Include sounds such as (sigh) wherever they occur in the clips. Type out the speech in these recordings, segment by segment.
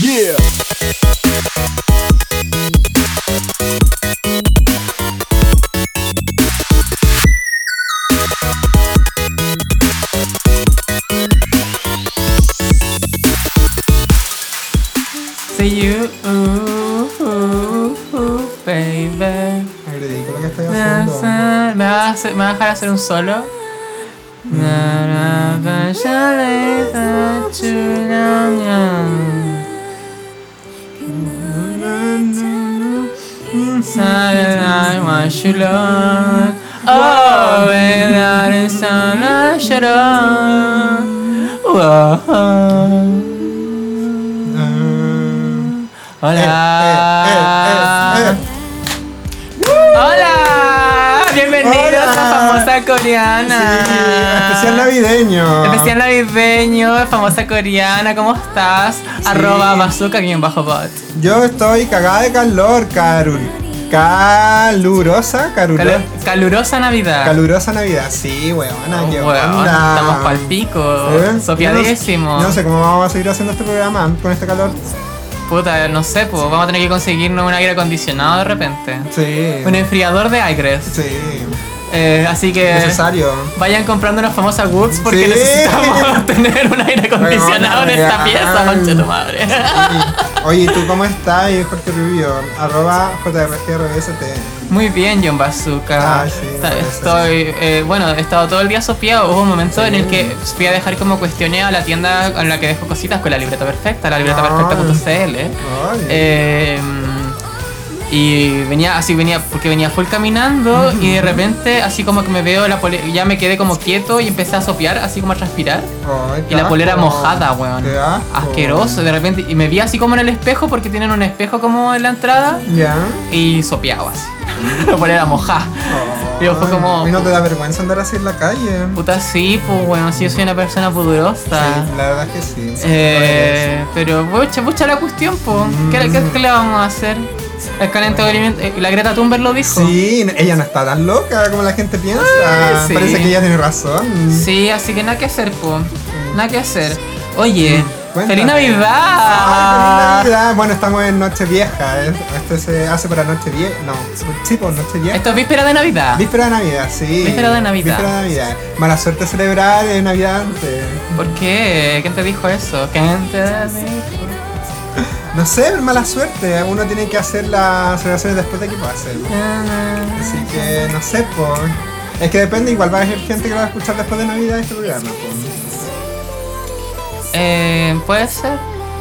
Yeah. See you, ooh, ooh, ooh, baby. El ridículo que estoy Me va a haciendo. hacer- me va a hacer- me va a dejar hacer un solo. Na, na, na, ya le da chula, na. Inside I want you, Lord. Oh, without a sun, I should have. Whoa. Hola. Eh, eh, eh, eh. Hola, bienvenidos Hola. a Famosa Coreana. Sí, especial navideño. Especial navideño, Famosa Coreana, ¿cómo estás? Arroba bazooka aquí en bajo bot. Yo estoy cagada de calor, Carul. Calurosa, carulo- Calu- calurosa Navidad. Calurosa Navidad, sí, weona, qué Weón, onda. Oh, estamos pal pico, ¿Eh? sopiadísimo. Yo No, yo no sé cómo vamos a seguir haciendo este programa con este calor. Puta, no sé, pues vamos a tener que conseguirnos un aire acondicionado de repente. Sí. Un enfriador de aires. Sí. Eh, así que Necesario. vayan comprando las famosas Woods porque Sí. necesitamos (laughs) tener un aire acondicionado en esta Weón. pieza, concha tu madre. Y- Oye, ¿tú cómo estás? Yo, Jorge Rubio, arroba JRGRBST. Muy bien, John Bazooka. Ah, sí, Está- me parece, estoy, eh, bueno, he estado todo el día sopeado. Hubo un momento en el que fui a dejar como cuestiones a la tienda en la que dejo cositas con la libreta perfecta, la Ah. libreta perfecta.cl. Ay. Eh, y venía así, venía porque venía full caminando y de repente así como que me veo la pole- ya me quedé como quieto y empecé a sopear, así como a transpirar. Ay, Y qué la polera asco. mojada, weón. Qué asco. Asqueroso, de repente. Y me vi así como en el espejo, porque tienen un espejo como en la entrada Ya. y sopeaba (laughs) así. La polera mojada. Ay, Y yo fue como. ¿Y no te da vergüenza andar así en la calle? Puta, sí, pues bueno, sí, yo soy una persona pudorosa. Sí, la verdad es que sí. sí, Eh, pero, pucha, pucha la cuestión, pues. ¿Qué, qué, qué le vamos a hacer? El calentamiento. eh, La Greta Thunberg lo dijo. Sí, ella no está tan loca como la gente piensa. Ay, Eh, sí. Parece que ella tiene razón. Sí, así que nada que hacer, pues. Nada que hacer. Oye, Cuéntame. ¡Feliz Ay, Navidad! feliz Navidad. Bueno, estamos en Noche Vieja. ¿eh? Esto se hace para Noche Vieja. No, sí, pues Noche Vieja. Esto es víspera de Navidad. Víspera de Navidad, sí. Víspera de Navidad. Víspera de Navidad. Mala suerte celebrar eh, Navidad antes. ¿Por qué? ¿Quién te dijo eso? ¿Quién te dijo? No sé, mala suerte. Uno tiene que hacer las celebraciones después de que pase. Así que no sé, pues. Es que depende, igual va a haber gente que lo va a escuchar después de Navidad este programa. pues. Eh, puede ser.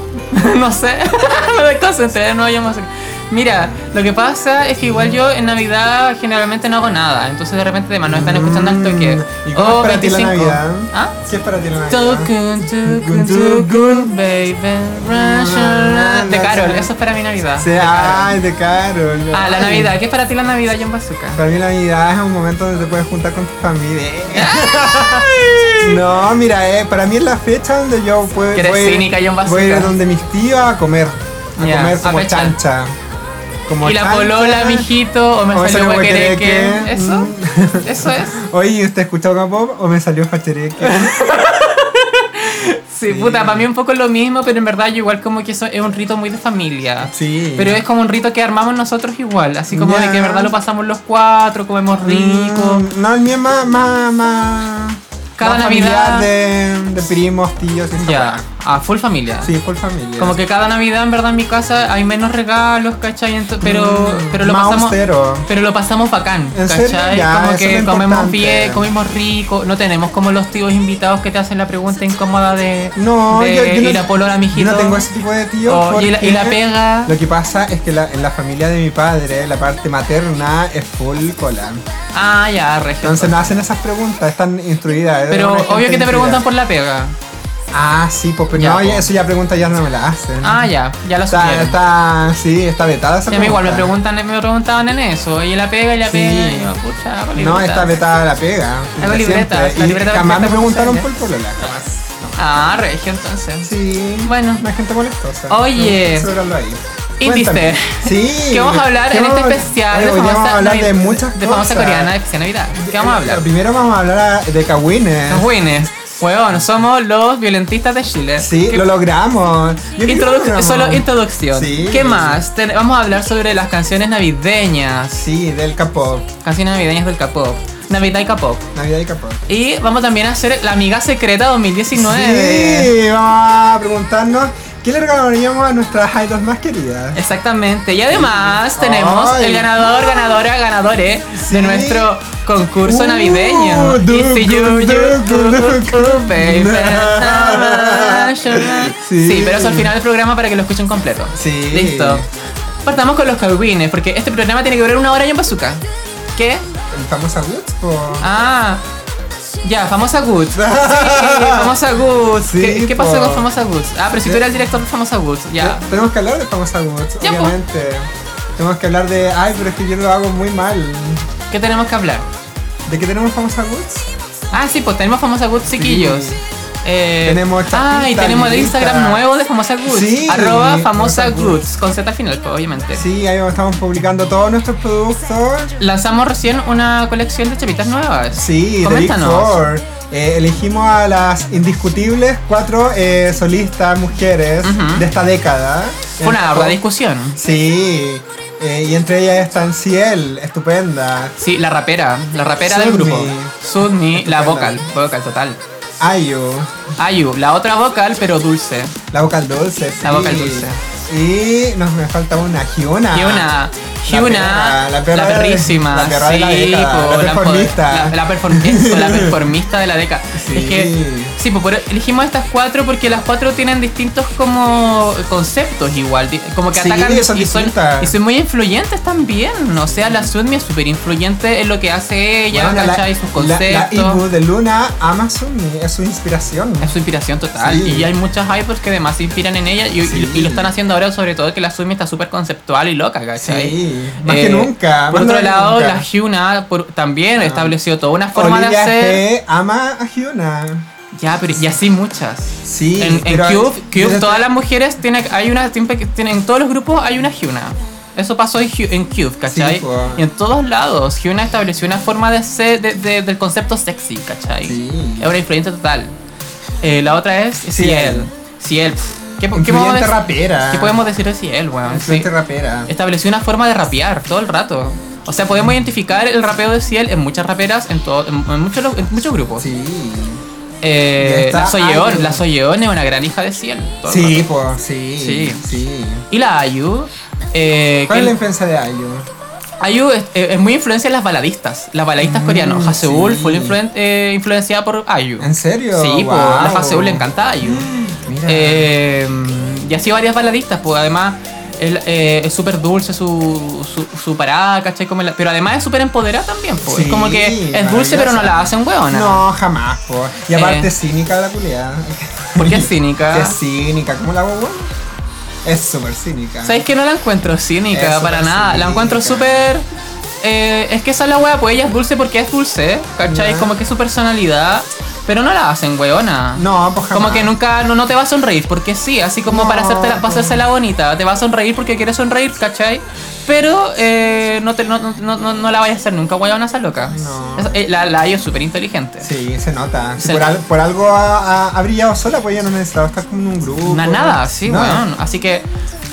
(laughs) no sé. (laughs) Me desconcentré de nuevo. Yo me... Mira, lo que pasa es que igual yo en Navidad generalmente no hago nada. Entonces de repente además nos están escuchando al toque. Mm. ¿Y cómo es para ti la Navidad? ¿Ah? ¿Qué es para ti la Navidad? Tokun, tokun, tokun, baby, rush your life. De Carol, eso es para mi Navidad. Sí, De Carol. ay, de caro. Ah, la Ay. Navidad. ¿Qué es para ti la Navidad, John Bazooka? Para mí la Navidad es un momento donde te puedes juntar con tu familia. No, mira, eh, para mí es la fecha donde yo puedo Que eres voy, cínica y un bazooka. voy a ir donde mis tíos a comer, a Ya, comer a como pechar. chancha. Como Y la chancha. polola, mijito, o me O me salió salió guaquereque. guaquereque. Eso, Mm. eso es. Oye, ¿usted escuchó K-pop o me salió fachereque? Sí. Sí, puta, para mí un poco lo mismo, pero en verdad yo igual como que eso es un rito muy de familia. Sí. Pero es como un rito que armamos nosotros igual, así como de Ya. que en verdad lo pasamos los cuatro, comemos rico. Mm, no, el mío es más, más, más. Cada más Navidad. familiar De, de primos, tíos y esa Ya, weá. a full familia. Sí, por familia. Como que cada Navidad en verdad en mi casa hay menos regalos, ¿cachai? Ento- pero, pero lo Mm, más pasamos... austero. Pero lo pasamos bacán, ¿En ¿cachai? serio? Ya, eso como es que lo comemos importante. bien, comimos rico, no tenemos como los tíos invitados que te hacen la pregunta incómoda de, No, de yo, yo ir no, a polola, yo mijito. no tengo ese tipo de tío. Oh, y la- y la porque pega. Lo que pasa es que la, en la familia de mi padre, la parte materna es full cola. Ah, ya, regio. Entonces no hacen esas preguntas, están instruidas. es Pero una gente obvio que te instruida. preguntan por la pega. Ah, sí, pues pero Ya, no, po. ya- eso ya pregunta ya no me la hacen. Ah, ya, ya lo Está, supieron. está, sí, está vetada esa Sí, a mí igual me pregunta. preguntan, me preguntaban en eso, y la pega, y la Sí. pega, y yo, pucha, con No, libreta. está vetada la pega. Hago de libretas, siempre. la Y libreta jamás me perfecta preguntaron por posible. polola, jamás. Ah, regio, entonces. Sí. Bueno. Una gente molestosa. Oye. Celebrarlo ahí. Indiste. Cuéntame. Sí. (laughs) ¿Qué vamos a hablar ¿Qué en este vamos a- especial Oye, de hoy día famosa, vamos a hablar Navi- de muchas de famosa cosas. coreana especial Navidad? ¿Qué vamos a hablar? Primero vamos a hablar a- de Kawines. Los Wines. Huevón, somos los violentistas de Chile. Sí, ¿Qué- lo logramos. Yo creo que Introduc- lo logramos. solo introducción. Sí. ¿Qué más? Ten- vamos a hablar sobre las canciones navideñas. Sí, del K-pop. Canciones navideñas del K-pop. Navidad y K-pop. Navidad y K-pop. Y vamos también a hacer la amiga secreta 2019. Sí, vamos a preguntarnos qué le regalaríamos a nuestras idols más queridas. Exactamente. Y además tenemos Ay. el ganador, ganadora, ganadores Sí. de nuestro concurso Uh, navideño. du- Easy du- you, du- you, du- uh, du- uh, uh, baby. Sí. Sí, pero eso al final del programa para que lo escuchen completo. Sí. Listo. Partamos con los cagüines, porque este programa tiene que durar una hora y un bazooka. ¿Qué? El famoso Woods, po. Ah. Ya, (laughs) famosa Goods. Sí, famosa Goods. Sí, ¿Qué, qué pasó po. con famosa Goods? Ah, pero si tú eras el director de famosa Goods, ya. Tenemos que hablar de famosa Woods, Ya, po. obviamente. Tenemos que hablar de. Ay, pero es que yo lo hago muy mal. ¿Qué tenemos que hablar? ¿De qué tenemos famosa Woods? Ah, sí, pues tenemos Famosa Good Chiquillos. Sí. Eh, Tenemos Ah, y Chapita, tenemos el Lilita. Instagram nuevo de Famosa Goods. Sí, arroba Famosa Famosa Goods. Goods, con Z final, pues, obviamente. Sí, ahí estamos publicando todos nuestros productos. Lanzamos recién una colección de chapitas nuevas. Sí, de Big coméntanos. Four. Eh, elegimos a las indiscutibles cuatro eh, solistas mujeres Ujú. de esta década. Fue una Entonces- ardua discusión. Sí, eh, y entre ellas están Ciel, estupenda. Sí, la rapera, la rapera del Sudmi. grupo. Sudmi, la Estupenda. vocal, vocal total. Ayu, Ayu, la otra vocal, pero dulce. la vocal dulce. La sí. vocal dulce. Y nos me falta una, Hyuna. Hyuna, Ah, La Hyuna, perra, la, la perra de- perrísima, la perra de la sí, década, po, la la performista. empoder- La, la perform- eso, (laughs) la performista de la década. Sí. Es que, sí, po, por- elegimos estas cuatro porque las cuatro tienen distintos como conceptos igual, di- como que Sí, atacan son y, son, distintas. y son muy influyentes también. O sea, la Sunmi es súper influyente en lo que hace ella, Bueno, la- ¿cachai? Sus la- La, conceptos. Ibu de Luna Amazon es su inspiración. es su inspiración total Sí. y hay muchas hypers que además se inspiran en ella y, y- Sí. y lo están haciendo ahora sobre todo que la Sumi está súper conceptual y loca, ¿cachai? Eh, Sí, más que nunca, Por más otro que lado, nunca. Ah. la Hyuna por- también estableció toda una forma Olivia de hacer. G ama a Hyuna. Ya, pero y así muchas. Sí, en en pero- Cube, Cube, pero- todas las mujeres tienen, hay una, siempre que tienen, en todos los grupos hay una Hyuna. Eso pasó en, Hu- en Cube, ¿cachai? Sí, po. y en todos lados, Hyuna estableció una forma de ser, de- de- del concepto sexy, ¿cachai? Sí. Es una influencia total. Eh, la otra es Ciel. Ciel. pff, ¿Qué, qué podemos Influyente dec- rapera. ¿Qué podemos decir de Ciel, weón? Sí. Influyente rapera. Estableció una forma de rapear todo el rato. O sea, podemos identificar el rapeo de Ciel en muchas raperas, en, todo, en, en muchos, lo- en muchos grupos. Sí. Ya Eh, está. la Soyeon, Ayu. la Soyeon es una gran hija de Ciel. todo el Sí, rato. pues, sí. Sí. sí. Y la Ayu. eh, ¿Cuál que- es la influencia de Ayu? Ayu es, eh, es muy influencia en las baladistas. Las baladistas coreanos. Haseul Mm, sí. fue influen- eh, influenciada por Ayu. ¿En serio? Sí, pues, Guau. la Haseul le encanta a Ayu. Mira. Eh, y así varias baladistas, pues además él, eh, es súper dulce su, su, su parada, ¿cachai? Como la- pero además es súper empoderada también, pues. Sí, es como que es maravillosa. dulce pero no la hacen hueona. No, jamás, po. Y aparte Eh. cínica la culiada. ¿Por (laughs) qué es cínica? Que es cínica, ¿cómo la hago? Es súper cínica. ¿Sabes que no la encuentro cínica Es para súper nada? La encuentro cínica. súper. eh, es que esa es la wea, pues ella es dulce porque es dulce, ¿cachai? Ya. Como que es su personalidad, pero no la hacen weona. No, pues jamás. Como que nunca, no, no te va a sonreír porque sí, así como No, para hacerte la, pues. para hacerse la bonita, te va a sonreír porque quiere sonreír, ¿cachai? Pero eh, no, te, no, no, no- no- no la vayas a hacer nunca, weona, esa loca. No. Es- eh, la, la Ayo es súper inteligente. Sí, se nota. Si Se por, nota. al- por algo ha, ha- ha brillado sola, pues ella no necesitaba estar como en un grupo. Na- nada, sí, Nada. weón. Así que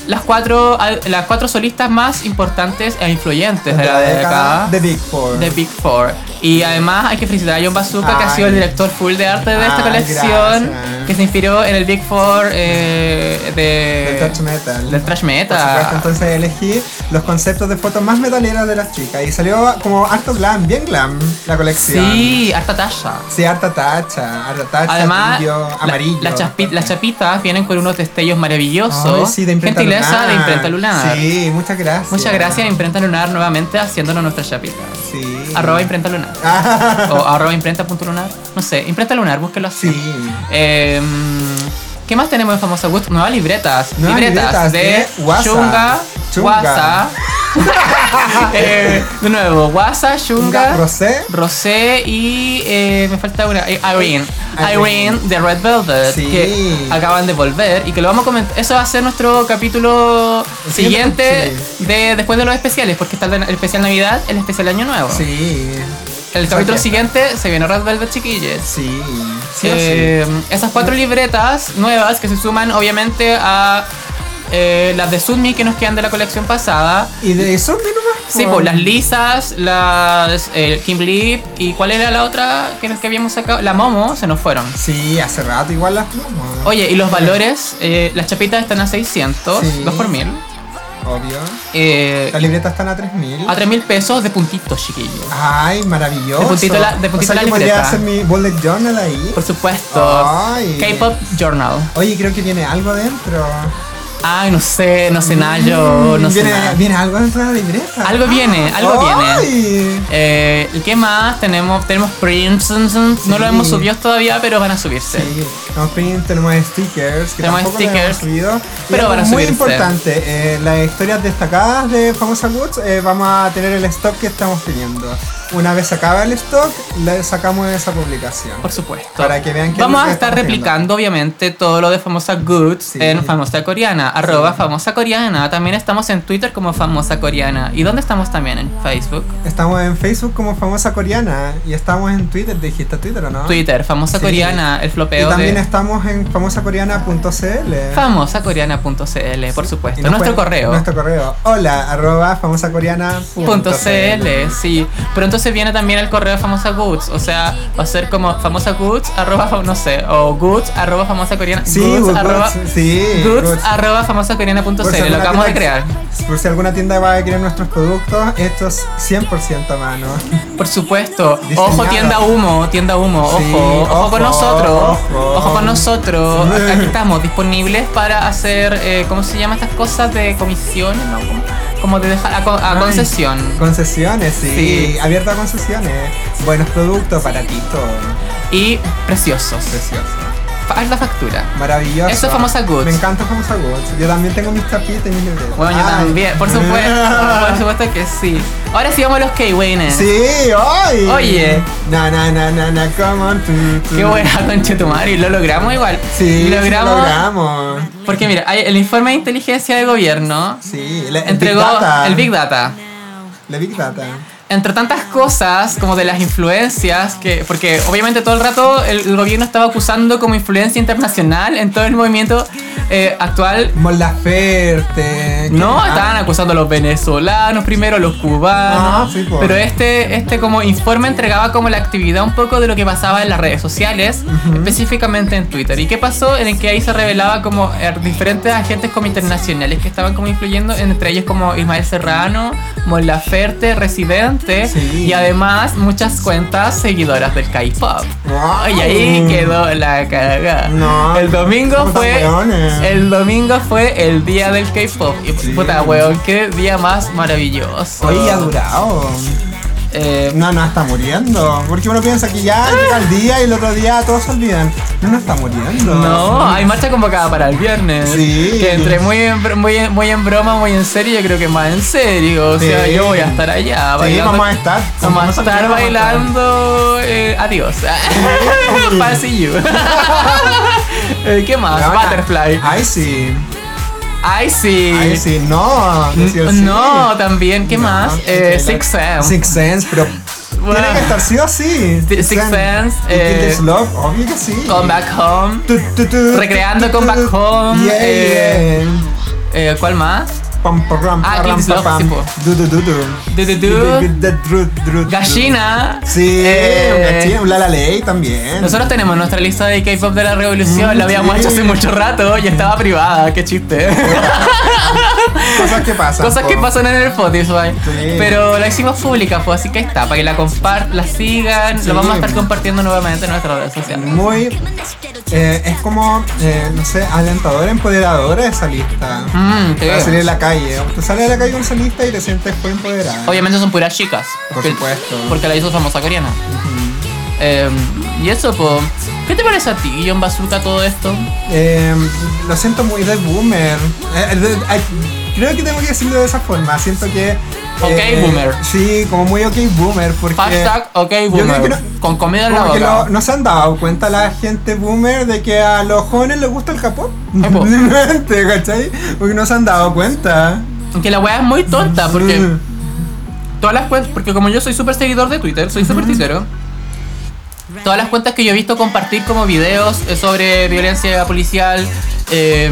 las cuatro, las cuatro solistas más importantes e influyentes de la década de Big Four. de Big Four. Y además hay que felicitar a John Bazooka, que ha sido el Ay. director full de arte de esta Ay, colección, gracias. que se inspiró en el Big Four eh, Del de, thrash metal. del thrash Por supuesto, metal. entonces elegí los conceptos de fotos más metaleras de las chicas y salió como harto glam, bien glam la colección. Sí, harta talla. Sí, harta tacha, harta tacha, Además, amarillo, la- amarillo. las chaspi- las chapitas vienen con unos destellos maravillosos. Ay, sí, de imprenta gentileza lunar. de imprenta lunar. Sí, muchas gracias. Muchas gracias, imprenta lunar, nuevamente haciéndonos nuestras chapitas. Sí. Mm. Arroba imprenta lunar. Ah, o arroba imprenta.lunar. No sé, imprenta lunar, búsquelo así. (laughs) Sí. Eh, ¿Qué más tenemos de famoso gusto? Nuevas libretas. Nuevas libretas libretas, de de Waza. Chunga, Chunga. Waza, Eh, de nuevo, Guasa, Shunga, Rosé. Rosé y eh, me falta una, eh, Irene. Irene Irene. de Red Velvet, Sí. que acaban de volver y que lo vamos a comentar. Eso va a ser nuestro capítulo El siguiente siguiente, de después de los especiales, porque está el el especial Navidad, el especial Año Nuevo. Sí. El capítulo siguiente se viene Red Velvet Chiquilles. Sí. Sí, o sí. Eh, Esas cuatro libretas nuevas que se suman obviamente a eh, las de Sunmi que nos quedan de la colección pasada. Y de eso menos más. Sí, pues las lisas, las eh, Kim Lip y cuál era la otra que nos que habíamos sacado, la Momo, se nos fueron. Sí, hace rato igual las plumos. Oye, y los valores, eh, las chapitas están a 600, Sí. 2 por 1000, Obvio. eh, Las libretas están a 3000. a 3000 pesos de puntitos, chiquillos. Ay, maravilloso. De puntito la- de puntito o sea, la yo podría libreta. hacer mi bullet journal ahí. Por supuesto, Ay. K-Pop Journal. Oye, creo que viene algo dentro. Ay, no sé, no sé nada yo, no sé viene, nada. viene algo dentro de la libreta. Algo viene, algo Ay. viene. Eh, ¿y ¿Qué más? Tenemos, tenemos prints, no lo hemos subido todavía, pero van a subirse. Sí, tenemos print, tenemos stickers, que Tenemos tampoco los hemos stickers, subido. Y pero algo van a Muy subirse. importante, eh, las historias destacadas de Famosa Goods, eh, vamos a tener el stock que estamos pidiendo. Una vez se acaba el stock, le sacamos esa publicación. Por supuesto. Para que vean que Vamos nunca a estar estamos replicando, obviamente, todo lo de Famosa Goods Sí. en Famosa Coreana. Arroba Famosa Coreana. También estamos en Twitter como Famosa Coreana. ¿Y dónde estamos también? En Facebook. Estamos en Facebook como Famosa Coreana y estamos en Twitter, dijiste Twitter o no? Twitter, Famosa Ah. Sí. Coreana, el Y flopeo también de estamos en famosacoreana.cl. famosacoreana.cl, por Y supuesto. nos pueden- Nuestro correo. Nuestro correo. Hola, arroba famosacoreana.cl. Punto .cl, sí. Pero entonces viene también el correo de Famosa Goods. O sea, va a ser como famosa goods, arroba, fam- no sé, o goods, arroba famosa coreana. Sí, goods, Goods, arroba, sí, goods, Goods. arroba famosa coreana.cl. Por si Lo alguna acabamos de tienda- crear. Por si alguna tienda va a querer nuestros productos, esto es 100% a mano. Por supuesto. Diseñado. Ojo, tienda humo, tienda humo. Sí, ojo, ojo, con ojo, nosotros. Ojo, ojo. con nosotros. Sí. Aquí estamos disponibles para hacer, eh, ¿cómo se llama estas cosas? De comisiones, ¿no? Como- Como de dejar a, co- a Ay, concesión. Concesiones, sí. Sí. Abierto a concesiones. Buenos productos para ti, todo. Y preciosos. Precioso. Alta factura. Maravilloso. Eso es Famosa Goods. Me encanta Famosa Goods. Yo también tengo mis tapitas y mis libretas. Bueno, yo Ay. también, por supuesto, por supuesto que sí. Ahora sí vamos a los K-Wainers. (laughs) Sí, hoy. Oye. Na, na, na, na, na, come on, tú, tú. Qué buena (laughs) conchetumare, y lo logramos igual. Sí, logramos. sí, logramos. Porque mira, hay- el informe de inteligencia de gobierno Sí, la- el entregó Big Data. el Big Data. La Big Data. Entre tantas cosas, como de las influencias, que, porque obviamente todo el rato el, el gobierno estaba acusando como influencia internacional en todo el movimiento eh, actual. Mon Laferte. Ah. No, ¿qué estaban más? acusando a los venezolanos primero, a los cubanos. Ah, sí, po. pero este, este como informe entregaba como la actividad un poco de lo que pasaba en las redes sociales, específicamente en Twitter. ¿Y qué pasó? En el que ahí se revelaba como eh, diferentes agentes como internacionales que estaban como influyendo, entre ellos como Ismael Serrano, Mon Laferte, Residente Sí. y además muchas cuentas seguidoras del K-Pop. Wow. Y ahí quedó la cagada. No, el domingo somos tan fue weones. el domingo fue el día del K-pop. Y Sí. puta weón, qué día más maravilloso. Oye, ha durado. Eh, No, no, está muriendo. Porque uno piensa que Ah. ya llega el día y el otro día todos se olvidan. No, no está muriendo. no, hay marcha convocada para el viernes. Sí. Que entre muy en, br- muy, en- muy en broma, muy en serio, yo creo que más en serio. O sea, Sí. yo voy a estar allá Sí, bailando. vamos a estar. Vamos a Nosotros estar vamos a bailando. eh, (laughs) adiós. Fancy you. Eh, ¿Qué más? Weona, Butterfly. Ay, sí. Ay, sí. Ay, sí. No. sí o sí. No, también, ¿qué No, más? sí, Eh, claro. Six Sam. Six Sense, pero. Bueno. Tiene que estar sí o sí. Six Sense, Y Kill eh, This Love, obvio que sí. Come Back Home. Tu, tu, tu, Recreando tu, con tu, Back Home, Yeah, eh, yeah. Eh, ¿Cuál más? Pam, pam, pam, Ah, pam, Kill This pam, Love, pam. tipo. Du, du, du, du. Du, du, du. Du, du, du, du, du, du. Gallina. Sí, Eh, un gallina, un la la ley también. Nosotros tenemos nuestra lista de K-pop de la revolución, Mm, la habíamos sí. hecho hace mucho rato y estaba privada, qué chiste. (laughs) Cosas que pasan. Cosas que po. pasan en el Spotify. Sí. Pero la hicimos pública, pues así que ahí está, para que la compartan, la sigan, Sí. lo vamos a estar compartiendo nuevamente en nuestras redes sociales. Muy. eh, es como, eh, no sé, alentadora, empoderadora esa lista. Mm, sí. Para salir a la calle. Usted sale a la calle con esa lista y te sientes muy empoderada. Obviamente son puras chicas. Por supuesto. Porque la hizo famosa coreana. Ujú. Eh, y eso, po. ¿Qué te parece a ti, John Bazooka, todo esto? Em, Eh, lo siento muy de boomer. Eh, de- ay, creo que tengo que decirlo de esa forma. Siento que. eh, Ok, boomer. Sí, como muy ok boomer. Porque Hashtag OK creo que Boomer. no- Con comida en la como que boca. no, no se han dado cuenta la gente boomer de que a los jóvenes les gusta el Japón. Ay, (laughs) po. Simplemente, ¿cachai? Porque no se han dado cuenta. Mm. Que la weá es muy tonta porque Sí. todas las cuentas, porque como yo soy súper seguidor de Twitter, soy súper sincero. Todas las cuentas que yo he visto compartir como videos eh, sobre violencia policial, eh,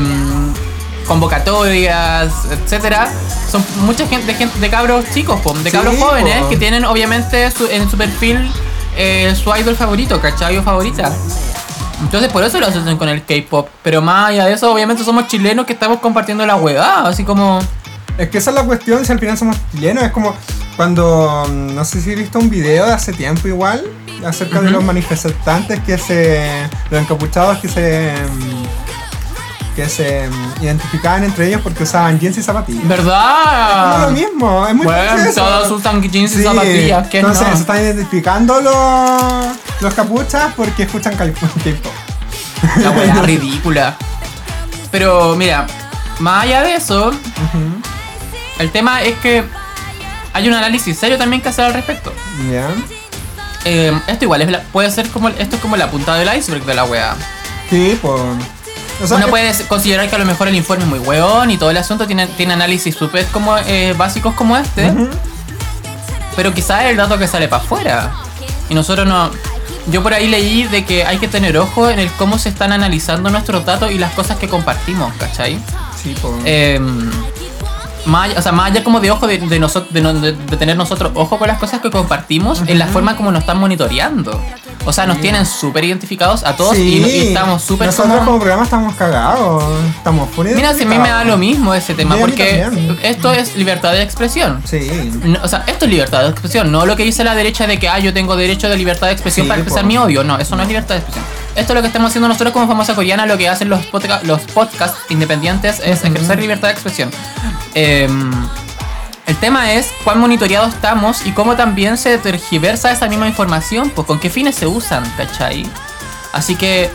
convocatorias, etcétera, son mucha gente de, gente, de cabros chicos, po, de Sí, cabros jóvenes po. que tienen obviamente su- en su perfil eh, su idol favorito, ¿cachai? O favorita. Entonces por eso lo asocian con el K-pop. Pero más allá de eso, obviamente somos chilenos que estamos compartiendo la huevada, así como. Es que esa es la cuestión, si al final somos chilenos, es como cuando, mm, no sé si he visto un video de hace tiempo igual, acerca de Ujú. los manifestantes que se, los encapuchados que se, mm, que se mm, identificaban entre ellos porque usaban jeans y zapatillas. ¿Verdad? Es lo mismo, es muy Bueno, parecido eso. todos usan jeans y Sí, zapatillas, ¿qué Entonces no? se están identificando los, los capuchas porque escuchan (laughs) calipón tipo. La weá ridícula. Pero mira, más allá de eso, el tema es que hay un análisis serio también que hacer al respecto. Ya. Eh, esto igual es la- puede ser como esto es como la punta del iceberg de la weá. Tipo. O sea, Uno que- puede s- considerar que a lo mejor el informe es muy weón y todo el asunto tiene, tiene análisis súper como eh, básicos como este. Ujú. Pero quizás es el dato que sale para afuera. Y nosotros no. Yo por ahí leí de que hay que tener ojo en el cómo se están analizando nuestros datos y las cosas que compartimos, ¿cachai? Sí, po. Eh, más, allá- o sea, más allá como de ojo de, de, noso- de, no- de- de tener nosotros ojo con las cosas que compartimos, en la forma como nos están monitoreando. O sea, nos tienen súper identificados a todos y, y estamos súper Nosotros como- como programa estamos cagados. Estamos full Mira, si a mí me da lo mismo ese tema, Sí, a mí porque también. esto es libertad de expresión. Sí. No, o sea, esto es libertad de expresión, no lo que dice la derecha de que ah, yo tengo derecho de libertad de expresión Sí, para expresar po. mi odio. No, eso no es libertad de expresión. Esto es lo que estamos haciendo nosotros como famosa coreana, lo que hacen los, podca- los podcasts independientes es ejercer libertad de expresión. Em, el tema es cuán monitoreados estamos y cómo también se tergiversa esa misma información, pues con qué fines se usan, ¿cachai? Así que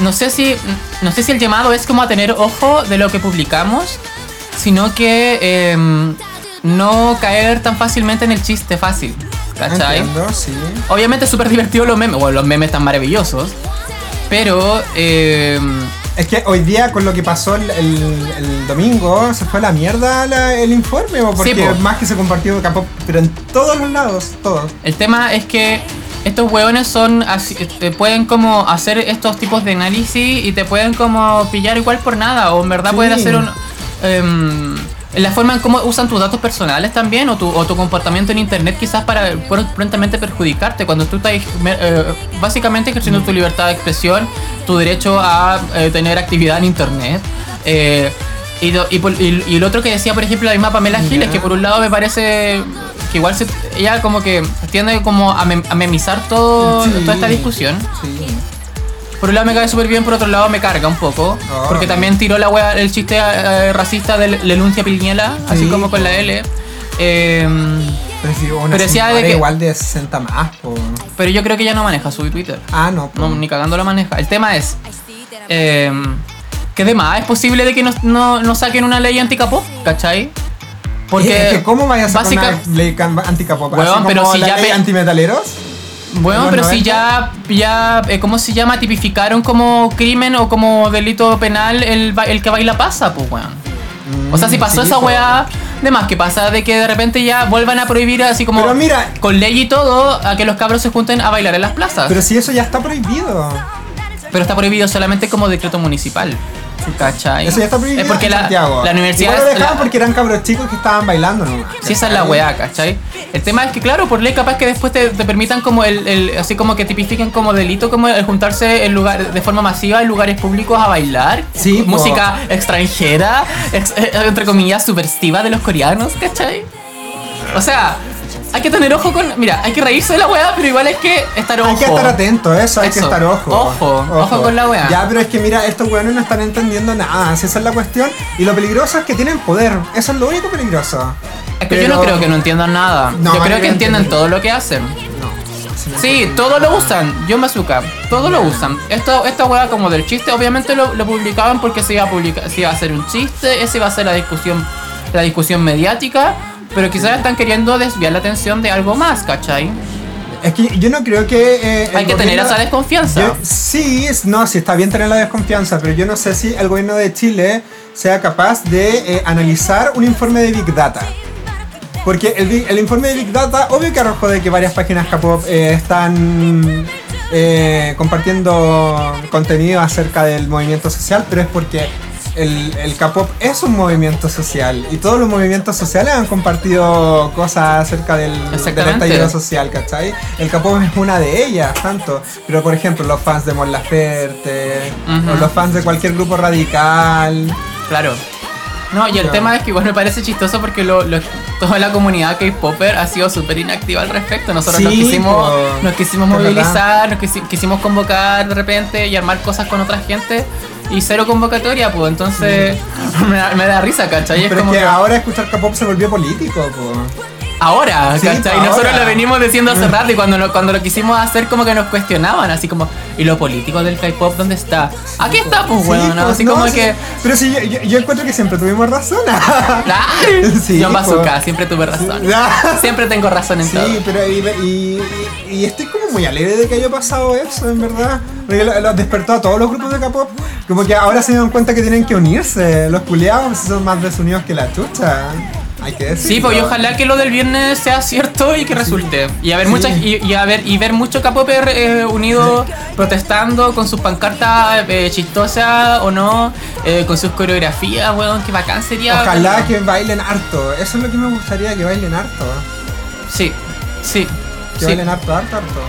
no sé si no sé si el llamado es como a tener ojo de lo que publicamos, sino que em, no caer tan fácilmente en el chiste fácil, ¿cachai? Entiendo, sí. Obviamente es súper (laughs) divertido los memes, bueno, los memes están maravillosos, pero em, Es que hoy día con lo que pasó el, el- el domingo se fue a la mierda la- el informe, po, porque po. más que se compartió K-pop, pero en todos los lados, todos. El tema es que estos hueones son así, eh, te pueden como hacer estos tipos de análisis y te pueden como pillar igual por nada o en verdad Sí. pueden hacer un em, la forma en cómo usan tus datos personales también o tu, o tu comportamiento en internet quizás para pr- prontamente perjudicarte cuando tú estás me- eh, básicamente ejerciendo tu libertad de expresión, tu derecho a eh, tener actividad en internet. eh, y, lo- y por- y- y el otro que decía, por ejemplo, la misma Pamela Giles, que por un lado me parece que igual se- ella como que tiende como a, mem- a memizar todo, Sí. toda esta discusión. Sí. Por un lado me cae súper bien, por otro lado me carga un poco. Ah. porque también tiró la wea, el chiste eh, racista de L- Leluncia Piñela, así Sí, como con la L. Eh, Pero, sí, una Pero decía de señora que- igual de 60 más, po. pero yo creo que ella no maneja su Twitter. Ah, no, po. No, ni cagando la maneja. El tema es... eh, que demás, es posible de que no, no, no saquen una ley anti-capó, ¿cachai? Porque... Es que ¿Cómo vayas a básica- sacar una ley can- anti-K-pop? Weón, Así como pero si la ya ley pe- antimetaleros. Bueno, Los pero si 90. ya, ya eh, ¿cómo se llama? Tipificaron como crimen o como delito penal el, ba- el que baila pasa, pues, weón. O sea, si Mm, pasó sí, esa po. weá, de más que pasa de que de repente ya vuelvan a prohibir así como Pero mira- con ley y todo a que los cabros se junten a bailar en las plazas. Pero si eso ya está prohibido. Pero está prohibido solamente como decreto municipal. ¿Cachai? Eso ya está prohibido Es porque en la, Santiago. la universidad... Igual lo es- dejaban la- porque eran cabros chicos que estaban bailando nomás. Sí, esa es la weá, ¿cachai? El tema es que, claro, por ley capaz que después te, te permitan como el, el- Así como que tipifiquen como delito como el juntarse en lugar, de forma masiva en lugares públicos a bailar. Sí, po. Música extranjera, ex- eh, entre comillas, subversiva de los coreanos, ¿cachai? O sea, hay que tener ojo con... Mira, hay que reírse de la weá, pero igual hay que estar ojo. Hay que estar atento, eso, hay que Eso. estar ojo. Ojo, ojo con la weá. Ya, pero es que mira, estos weones no están entendiendo nada, si esa es la cuestión. Y lo peligroso es que tienen poder, eso es lo único peligroso. Es que yo no Pero- creo que no entiendan nada. No, yo yo creo que creo entienden que- todo lo que hacen. No. si no Sí, entienden todo lo nada. usan. Yo me azúcar. Todo lo usan. Esto, esta hueá como del chiste, obviamente lo, lo publicaban porque se iba a publicar, se iba a hacer un chiste, esa iba a ser la discusión la discusión mediática, pero quizás están queriendo desviar la atención de algo más, ¿cachai? Es que yo no creo que. eh, el Hay que tener gobierno- esa desconfianza. Yo- sí, es- no, sí, está bien tener la desconfianza, pero yo no sé si el gobierno de Chile sea capaz de eh, analizar un informe de Big Data. Porque el, Big- el informe de Big Data, obvio que arrojó de que varias páginas K-pop eh, están eh, compartiendo contenido acerca del movimiento social, pero es porque el, el K-pop es un movimiento social y todos los movimientos sociales han compartido cosas acerca del, del Exactamente. estallido social, ¿cachai? El K-pop es una de ellas, tanto. Pero por ejemplo, los fans de Mon Laferte, Ujú. o los fans de cualquier grupo radical. Claro. No, y el Claro. tema es que igual me parece chistoso porque lo- lo- toda la comunidad K-Popper ha sido súper inactiva al respecto. Nosotros nos Sí, quisimos, po. nos quisimos Es verdad. movilizar, nos quisi- quisimos convocar de repente y armar cosas con otra gente y cero convocatoria, pues entonces (laughs) me, da, me da risa, ¿cachai? Es Pero es como que que ahora escuchar K-pop se volvió político, po. ahora, Sí, ¿cachai? po, Nosotros ahora. Mm. lo venimos diciendo hace rato y cuando lo, cuando lo quisimos hacer como que nos cuestionaban, así como, ¿y lo político del K-Pop dónde está? Aquí está, pues, Sí, bueno, po, así no, como sí. que... Pero sí, yo, yo- yo encuentro que siempre tuvimos razón. Claro. (laughs) Sí, John po. Bazooka, siempre tuve razón. (laughs) Siempre tengo razón en todo. Sí, pues, pero y, y- y- y estoy como muy alegre de que haya pasado eso, en verdad. Porque lo, lo despertó a todos los grupos de K-pop. Como que ahora se dan cuenta que tienen que unirse. Los culiados son más desunidos que la chucha. Hay que decirlo. Sí, pues y ojalá que lo del viernes sea cierto y que resulte. Y a ver Sí. muchas y, y a ver y ver mucho K-pop eh, unido protestando con sus pancartas eh, chistosas o no, eh, con sus coreografías, weón, qué bacán sería. Ojalá que bailen harto. Eso es lo que me gustaría, que bailen harto. Sí, sí, Que sí. bailen harto, harto, harto.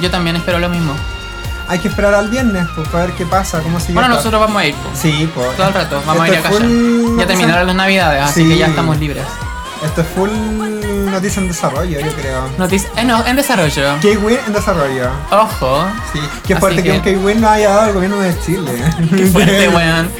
Yo también espero lo mismo. Hay que esperar al viernes, pues, para ver qué pasa, cómo sigue. Bueno, todo. nosotros vamos a ir po, Sí, pues. todo el rato, vamos Esto a ir a es casa. full- Ya terminaron las navidades, así Sí. que ya estamos libres. Esto es full noticia en desarrollo, yo creo. Noticias, eh, no, en desarrollo. K-Win en desarrollo. Ojo. Sí, qué Así fuerte que, que- un K-Win no haya dado al gobierno de Chile. (laughs) (laughs) Qué fuerte, weón.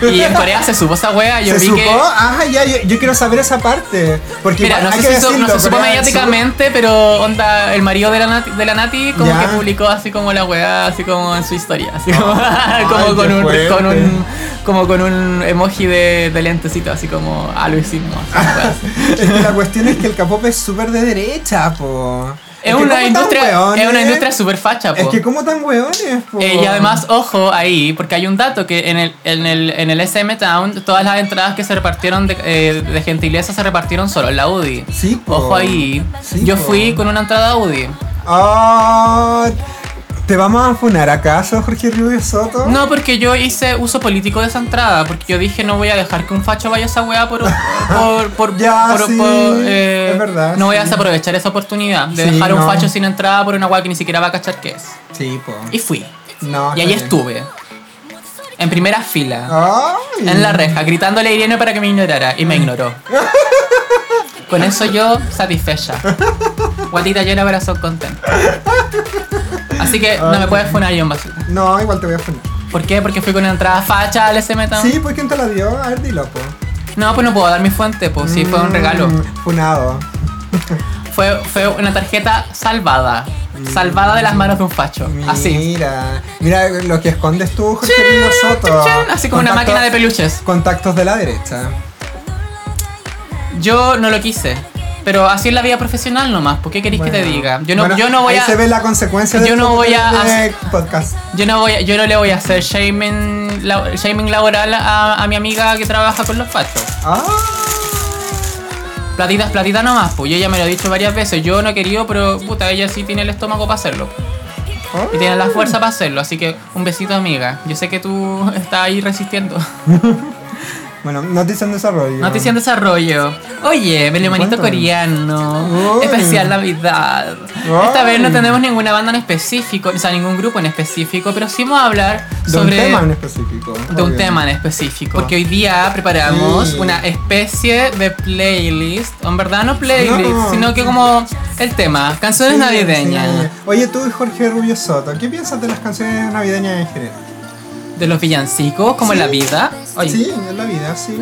Y en Corea se supo esa wea, yo ¿Se vi supo? que. Ah, ya, yo, yo quiero saber esa parte. Porque Mira, igual no hay sé que si su- decirlo, no se supo Corea del mediáticamente, pero onda, el marido de la Nati, de la Nati como Ya. que publicó así como la weá, así como en su historia, así como, (laughs) Ay, (laughs) como qué con, un, fuerte. con un como con un emoji de, de lentecito, así como a lo hicimos. así, weá, (laughs) así. Sur- Es que la cuestión es que el K-pop es súper de derecha, po. Es que una ¿cómo tan industria, es hueones? una industria super facha, po. Es que como tan hueones, po. Eh, y además, ojo ahí, porque hay un dato que en el, en el, en el SM Town todas las entradas que se repartieron de, eh, de gente iglesa se repartieron solo en la UDI. Sí, po. Ojo ahí. Sí, Yo po. fui con una entrada UDI. Ah, ¿Te vamos a funar acaso, Jorge Rubio Soto? No, porque yo hice uso político de esa entrada, porque yo dije no voy a dejar que un facho vaya a esa weá por... por, (laughs) por, Ya, por- sí, por, eh, es verdad, No voy a sí. desaprovechar esa oportunidad de Sí, dejar a un no. facho sin entrada por una weá que ni siquiera va a cachar qué es. Sí, po. Y fui. No, y ahí Ah, está bien. estuve. En primera fila. Ay. en la reja, gritándole a Irene para que me ignorara y me ignoró. Con eso yo satisfecha. Guatita yo el corazón contento. Así que no me puedes funar yo basura. No, igual te voy a funar. ¿Por qué? Porque fui con una entrada facha al SM Town. Sí, pues ¿quién te la dio? A ver, dilo, po. No, pues no puedo dar mi fuente, pues sí, fue un regalo. Mm, Funado. Fue, fue una tarjeta salvada. Salvada de Mm. las manos de un facho. Mira, Así. mira lo que escondes tú, Jorge Rubio Soto. Chan, Así como una Contacto- máquina de peluches. Contactos de la derecha. Yo no lo quise. Pero así es la vida profesional nomás. ¿Por qué queréis que te Bueno. diga? Yo no, Bueno, yo no voy ahí a. se ve la consecuencia yo del no voy a de podcast. Yo no voy, yo no le voy a hacer shaming, la- shaming laboral a, a mi amiga que trabaja con los fachos. Ah, Platitas, platitas nomás, pues yo ya me lo he dicho varias veces, yo no he querido, pero puta, ella sí tiene el estómago para hacerlo. ah. Y tiene la fuerza para hacerlo, así que un besito amiga. Yo sé que tú (laughs) estás ahí resistiendo. Bueno, noticia en desarrollo. Noticia en desarrollo. Oye, Belemanito Cuéntame. coreano. Ay. Especial Navidad. Ay. Esta vez no tenemos ninguna banda en específico, o sea, ningún grupo en específico, pero sí vamos a hablar De sobre. un tema en específico. de un obvio. tema en específico. Porque hoy día preparamos Sí. una especie de playlist. En verdad no playlist, No. sino que como el tema, canciones Sí, navideñas sí. Oye, tú y Jorge Rubio Soto, ¿qué piensas de las canciones navideñas en general? de los villancicos, como Sí. la vida. Oye, Sí, en la vida, sí.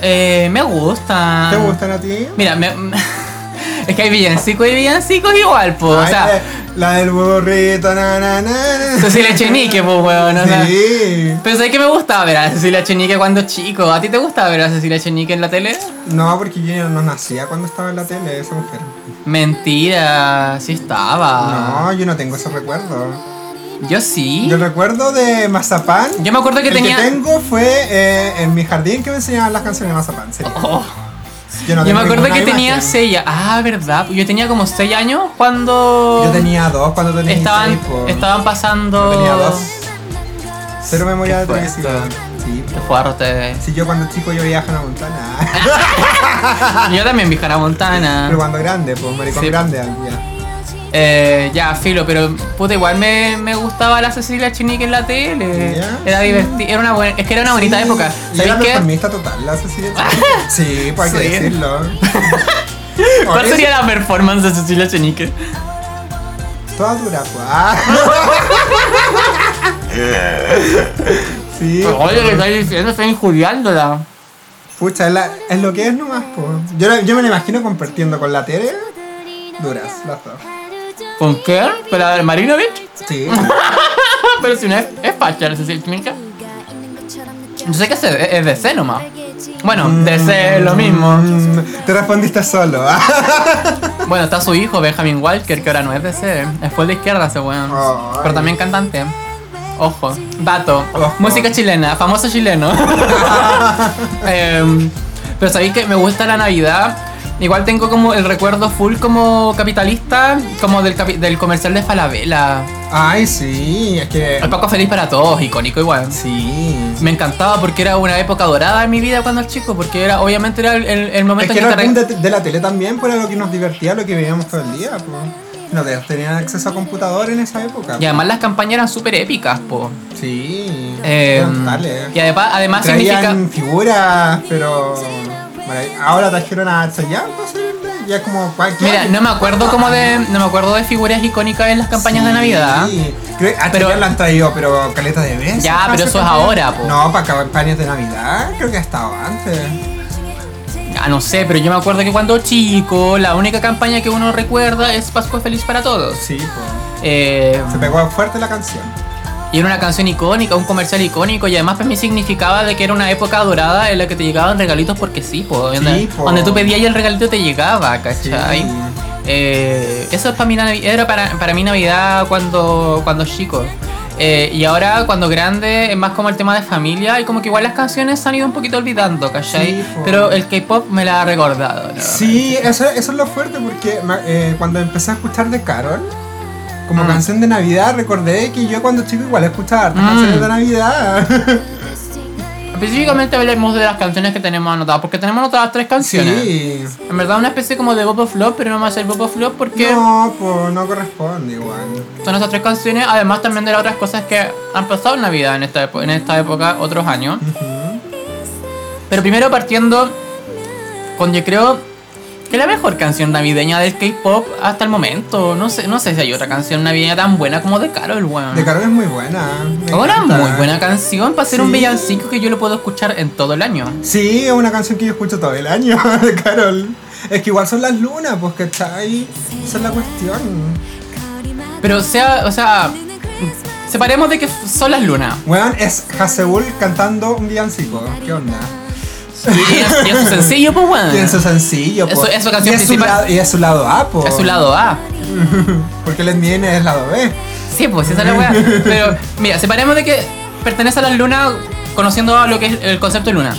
eh, me gusta. ¿Te gustan a ti? (laughs) Mira, me- es que hay villancicos y villancicos igual, po. o Ay, sea, eh, La del burrito, na, na, (laughs) na, na. Cecilia Chenique, pues, weón. o sea. Sí. Pero ¿sabes que me gustaba ver a Cecilia Chenique cuando chico? ¿A ti te gustaba ver a Cecilia Chenique en la tele? No, porque yo no nacía cuando estaba en la tele esa mujer. Mentira, sí estaba. No, yo no tengo ese recuerdo. Yo sí. Yo recuerdo de Mazapán. Yo me acuerdo que el tenía. que tengo fue eh, en mi jardín que me enseñaban las canciones de Mazapán. serio. Oh, Yo, no tengo yo me acuerdo que ninguna tenía imagen. 6 Ah, verdad. Yo tenía como 6 años cuando. Yo tenía dos cuando tenía Estaban, seis, po. estaban pasando. Yo tenía dos. Cero memoria de Qué televisión. Sí, Qué po. fuerte. Si yo cuando chico yo viajaba a la montana. Yo también vi Hannah Montana. Ah. (laughs) Pero cuando grande, pues maricón Ah. Sí. grande al día. Eh, ya, filo, pero puta, igual me, me gustaba la Cecilia Chinique en la tele. Ya, Era sí. divertido, era una buena, es que era una bonita Sí, época. y ¿Sabéis era qué? performista total, la (laughs) Cecilia. sí, pues hay que Sí. (laughs) decirlo. ¿Cuál sería la performance de Cecilia Chinique? Toda dura, pues. Ah. pues. (laughs) sí. Oye, ¿qué estás diciendo? Estoy injuriándola. Pucha, es, la- es lo que es nomás, pues. Yo, la- yo me la imagino compartiendo con la Tere. Duras, las dos. ¿Con qué? ¿Con la del Marinovich? (laughs) Sí. pero si no es, es facha la Cecilia Chinique. Yo sé que es de, es de C nomás. (laughs) Bueno, de C es lo mismo. Mm, te respondiste solo. (laughs) ah. Bueno, está su hijo, Benjamin Walker, que ahora no es de C, es full de izquierda ese weón. Ay. Pero también cantante. Ojo, dato. Ojo. Música chilena, famoso (laughs) chileno. Em, pero sabéis que me gusta la Navidad. Igual tengo como el recuerdo full como capitalista, como del, capi- del comercial de Falabella. Ay, sí, es que. El Paco Feliz para todos, icónico igual. Sí. Me encantaba porque era una época dorada en mi vida cuando era chico, porque era obviamente era el, el- el Es momento que en era que el te boom re- de, de la tele también, pues era lo que nos divertía, lo que veíamos todo el día. Pues. No te- tenían acceso a computador en esa época. Y además las campañas eran súper épicas, po. Sí. Eh, eran totales. y además, además significa. Traían figuras, pero. marav- Ahora trajeron a Chayanne, pues, y es como cualquier. Mira, no me acuerdo como de. No me acuerdo de figuras icónicas en las campañas de Sí. Navidad. Creo, a Pero- pero la han traído, pero caleta de veces. Ya, para pero hacer eso es campaña. ahora, po. No, para campañas de Navidad, creo que ha estado antes. Ah, no sé, pero yo me acuerdo que cuando chico, la única campaña que uno recuerda es Pascua Feliz para Todos. Sí, po. Eh, Se pegó fuerte la canción. y era una canción icónica, un comercial icónico, y además para mí significaba de que era una época dorada en la que te llegaban regalitos porque sí, po, Sí, donde, po. donde tú pedías y el regalito te llegaba, ¿cachai? Sí. Eh, eso es para mí, Navi- era para, para mí Navidad cuando, cuando chico. Eh, y ahora cuando grande es más como el tema de familia y como que igual las canciones se han ido un poquito olvidando, ¿cachai? Sí, po. Pero el K-Pop me la ha recordado. ¿no? Sí, eso, eso es lo fuerte porque ma- eh, cuando empecé a escuchar de Carol, como Mm. canción de Navidad, recordé que yo cuando chico igual escuchaba hartas Mm. canciones de Navidad. (laughs) Específicamente hablemos de las canciones que tenemos anotadas, porque tenemos anotadas tres canciones. sí. En verdad una especie como de Bob of Love, pero no más el Bob of Love porque No, pues no corresponde igual. son esas tres canciones, además también de las otras cosas que han pasado en Navidad en esta, epo- en esta época, otros años. Ujú. Pero primero partiendo con yo creo que la mejor canción navideña del K-pop hasta el momento. No sé, no sé si hay otra canción navideña tan buena como de Carol, weón. De Carol es muy buena. me Una encanta. muy buena canción para ser un Sí. villancico que yo lo puedo escuchar en todo el año. Sí, es una canción que yo escucho todo el año (laughs) de Carol. Es que igual son las lunas, pues que está ahí. Esa es la cuestión. Pero sea, o sea, separemos de que son las lunas. Weón, es Haseul cantando un villancico. ¿Qué onda? Y es, y es su sencillo, pues Y en weón. su sencillo, Es po. su- es su canción y es su principal. lado- y es su lado A, po. Es su lado A. Porque el NBN E es lado B. Sí, pues esa es (laughs) la weá. Pero mira, separemos de que pertenece a las lunas conociendo lo que es el concepto de luna.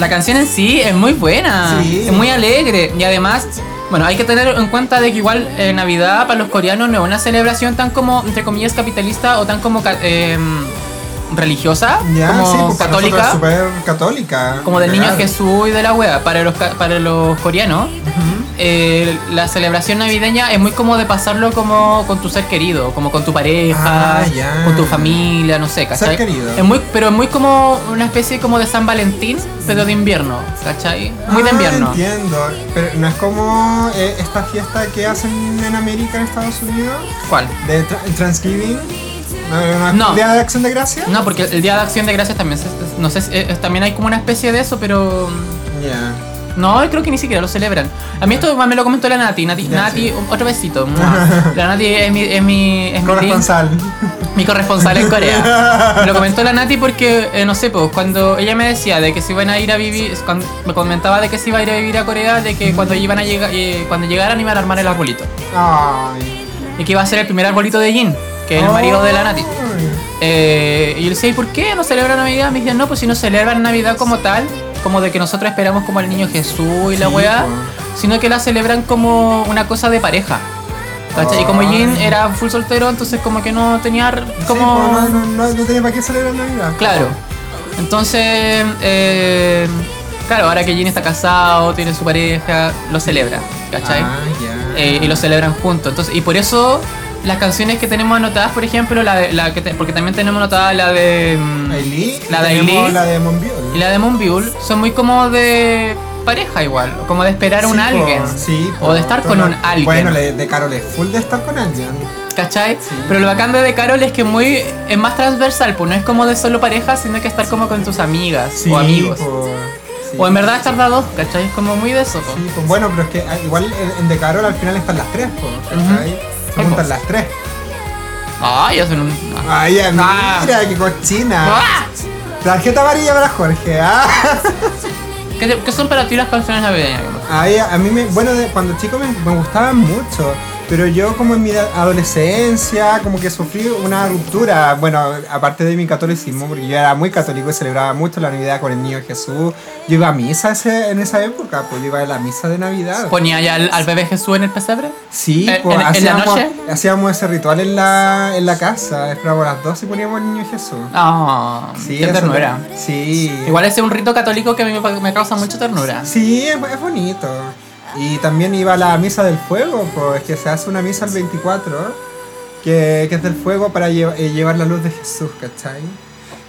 La canción en sí es muy buena, Sí. es muy alegre y además, bueno, hay que tener en cuenta de que igual eh, Navidad para los coreanos no es una celebración tan como, entre comillas, capitalista o tan como ca- em, religiosa, Ya, sí, como pues para nosotros católica, es súper católica. como del niño Legal. Jesús y de la wea. Para los, ca- para los coreanos, eh, la celebración navideña es muy como de pasarlo como con tu ser querido, como con tu pareja, Ah, ya. con tu familia, no sé, ¿cachai? querido. Es muy, pero es muy como una especie como de San Valentín, pero de invierno, ¿cachai? Muy de Ah, invierno. entiendo. Pero no es como eh, esta fiesta que hacen en América, en Estados Unidos, ¿Cuál? de tra- Thanksgiving. No, no, No. ¿Día de Acción de Gracia? No, eh, porque el Día de Acción de Gracias también, se- no sé, si- eh, también hay como una especie de eso, pero Ya. No, creo que ni siquiera lo celebran. A mí esto me lo comentó la Nati. Nati, Ya, Nati sí. otro (laughs) besito. La Nati es mi, es mi, es mi link. Corresponsal. mi corresponsal (laughs) en Corea. Me lo comentó la Nati porque, eh, no sé, pues cuando ella me decía de que se iban a ir a vivir, cuando me comentaba de que se iba a ir a vivir a Corea, de que cuando iban a llegar, eh, cuando llegaran iban a armar el arbolito. Ay. Y que iba a ser el primer arbolito de Jin, que es el marido de la Nati. Eh, y yo le decía, ¿y por qué no celebran Navidad? Me dicen, no, pues si no celebran Navidad como tal, como de que nosotros esperamos como al niño Jesús y la Sí, weá, po. sino que la celebran como una cosa de pareja. ¿Cachai? Y como Ay. Jin era full soltero, entonces como que no tenía r- Como... como... pues, no, no, no, no tenía para qué celebrar Navidad. Claro. Entonces, eh, claro, ahora que Jin está casado, tiene su pareja, lo celebra, ¿cachai? Ah, ya. Eh, y lo celebran juntos. Entonces, y por eso las canciones que tenemos anotadas, por ejemplo, la de- la que te- porque también tenemos anotada la de mm, Ailí, la de tenemos Ailí La de Monbiol. y la de Monbiul, son muy como de pareja igual, como de esperar a un Sí, po, alguien. sí, o de estar con un alguien. Bueno, le- de Carol es full de estar con alguien. ¿Cachai? Pero lo bacán de Carol es que muy es más transversal, pues no es como de solo pareja, sino que estar como con tus amigas o amigos. po, sí. O Pues en verdad estar de a dos, ¿cachai? Es como muy de eso. po. Sí, po. Bueno, pero es que ah, igual en, en de Carol al final están las tres, po, ¿cachai? Sí, po. Se juntan las tres. Ay, hacen un. Ay, Ah. mira, qué cochina. ¡Ah! Tarjeta amarilla para Jorge. Ah. ¿Qué, te- qué son para ti las canciones navideñas? Gemma? Ay, a mí, me, bueno, de- cuando chico me, me gustaban mucho, pero yo como en mi da- adolescencia, como que sufrí una ruptura, bueno, aparte de mi catolicismo, porque yo era muy católico y celebraba mucho la Navidad con el Niño Jesús, yo iba a misa ese- en esa época, pues yo iba a la misa de Navidad. ¿Ponía ya al, al bebé Jesús en el pesebre? Sí, ¿En- pues en- en la hacíamos, noche? hacíamos ese ritual en la, en la casa, esperábamos a las 12 y poníamos el Niño Jesús. Ah, Sí, qué eso- ternura. Sí. Igual ese es un rito católico que a mí me, me causa (laughs) mucha ternura. Sí, es, es bonito. Y también iba a la misa del fuego, pues que se hace una misa el 24, que, que es del fuego para lle- eh, llevar la luz de Jesús, ¿cachai?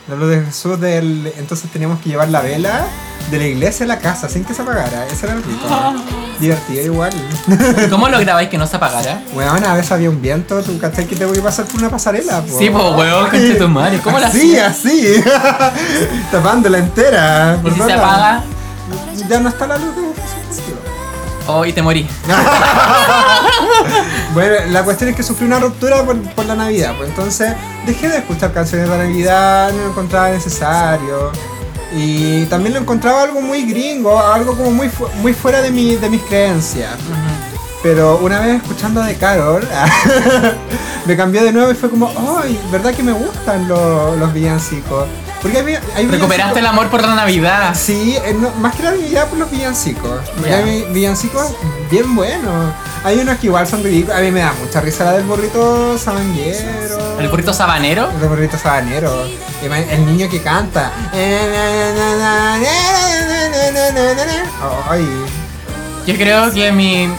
La luz de Jesús del... Entonces teníamos que llevar la vela de la iglesia a la casa sin que se apagara. Ese era el rito. Ah. Divertido igual. (laughs) ¿Y ¿Cómo lograbais que no se apagara? Bueno, a veces había un viento, tú cachai que te voy a pasar por una pasarela. po? (laughs) Sí, pues weón, conche tu madre. ¿Cómo la así, hacías? así. (laughs) Tapándola entera. ¿Y si se perdona. apaga? Ya no está la luz de Jesús. tío. Oh, y te morí. (laughs) Bueno, la cuestión es que sufrí una ruptura por, por la Navidad, pues entonces dejé de escuchar canciones de Navidad, no lo encontraba necesario. Y también lo encontraba algo muy gringo, algo como muy, fu- muy fuera de, mi, de mis creencias. Pero una vez escuchando de Carol, (laughs) me cambió de nuevo y fue como, ¡ay! ¿Verdad que me gustan lo- los villancicos? Porque hay, vi- hay Recuperaste el villancicos- amor por la Navidad. Sí, eh, no, más que la Navidad por los villancicos. Porque Ya. hay vi- villancicos bien buenos. Hay unos que igual son ridículos. A mí me da mucha risa la del burrito sabanguero. ¿El burrito sabanero? El burrito sabanero. Y ma- El niño que canta. Ay, Yo creo que mi.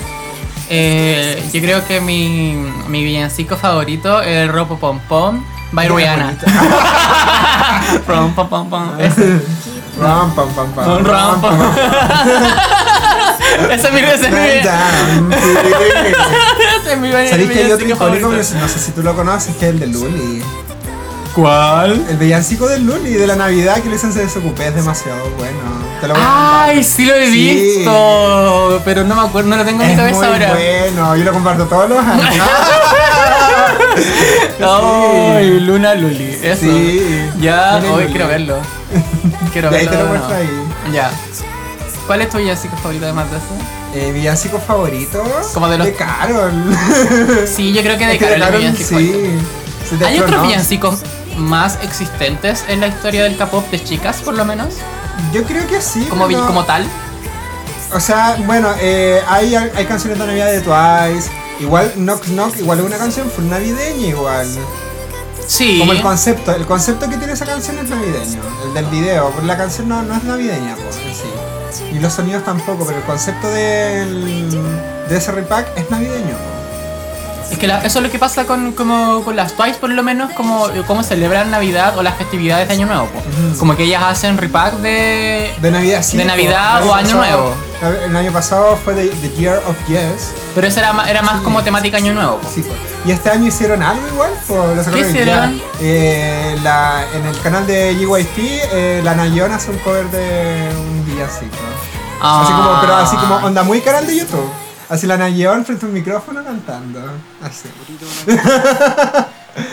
eh, yo creo que mi, mi villancico favorito es el Ropo Pom Pom by Qué Rihanna. Rom (laughs) pom pom Ah. pom. Ese- Ram, pam, pam, pam. Un rom pom. (laughs) Ese es mi ese es mi- (laughs) ese es mi ¿Sabéis que hay otro villancico icónico? No favorito. sé si tú lo conoces, que es el de Luli. ¿Cuál? El villancico del Luli de la Navidad que le dicen se desocupé es demasiado bueno. Te lo voy a Ay, sí lo he Sí. visto, pero no me acuerdo, no lo tengo en mi mandar. es muy cabeza ahora. bueno, yo lo comparto todos (laughs) los años. Ay, Luna Luli, eso. Sí. Ya, Luna hoy Luli. (laughs) quiero verlo. Quiero Y ahí verlo. te lo no. muestro ahí. Ya. ¿Cuál es tu villancico favorito además de (laughs) eso? Eh, villancico favorito Como de los- (laughs) Carol. Sí, yo creo que de Es que (laughs) de Carol es mi Carol, villancico favorito. sí. Sí, de ¿Hay hecho, otros no. villancicos más existentes en la historia del K-pop de chicas, por lo menos? Yo creo que sí. Como, vi- pero- como tal. O sea, bueno, eh, hay, hay canciones de Navidad de Twice. Igual Knock Knock, igual es una canción full navideña igual. Sí. Como el concepto, el concepto que tiene esa canción es navideño, el del video, porque la canción no, no es navideña pues, en sí. Y los sonidos tampoco, pero el concepto del, de ese repack es navideño. Es que la- eso es lo que pasa con, como, con las Twice, por lo menos, como, como celebran Navidad o las festividades de Año Nuevo. po. Ujú. Como que ellas hacen repack de... De Navidad sí. De po. Navidad El o Año pasado- El año pasado fue The, The Year of Yes. Pero eso era, ma- era más como temática Año Nuevo. po. Sí, po. Y este año hicieron algo igual, po, lo sacaron ¿Qué hoy día. hicieron? Eh, la- en el canal de GYP, eh, la Nayon hace un cover de un villancico. Ah. Así como, pero así como onda muy canal de YouTube. Así la Nayeon frente a un micrófono cantando. Así.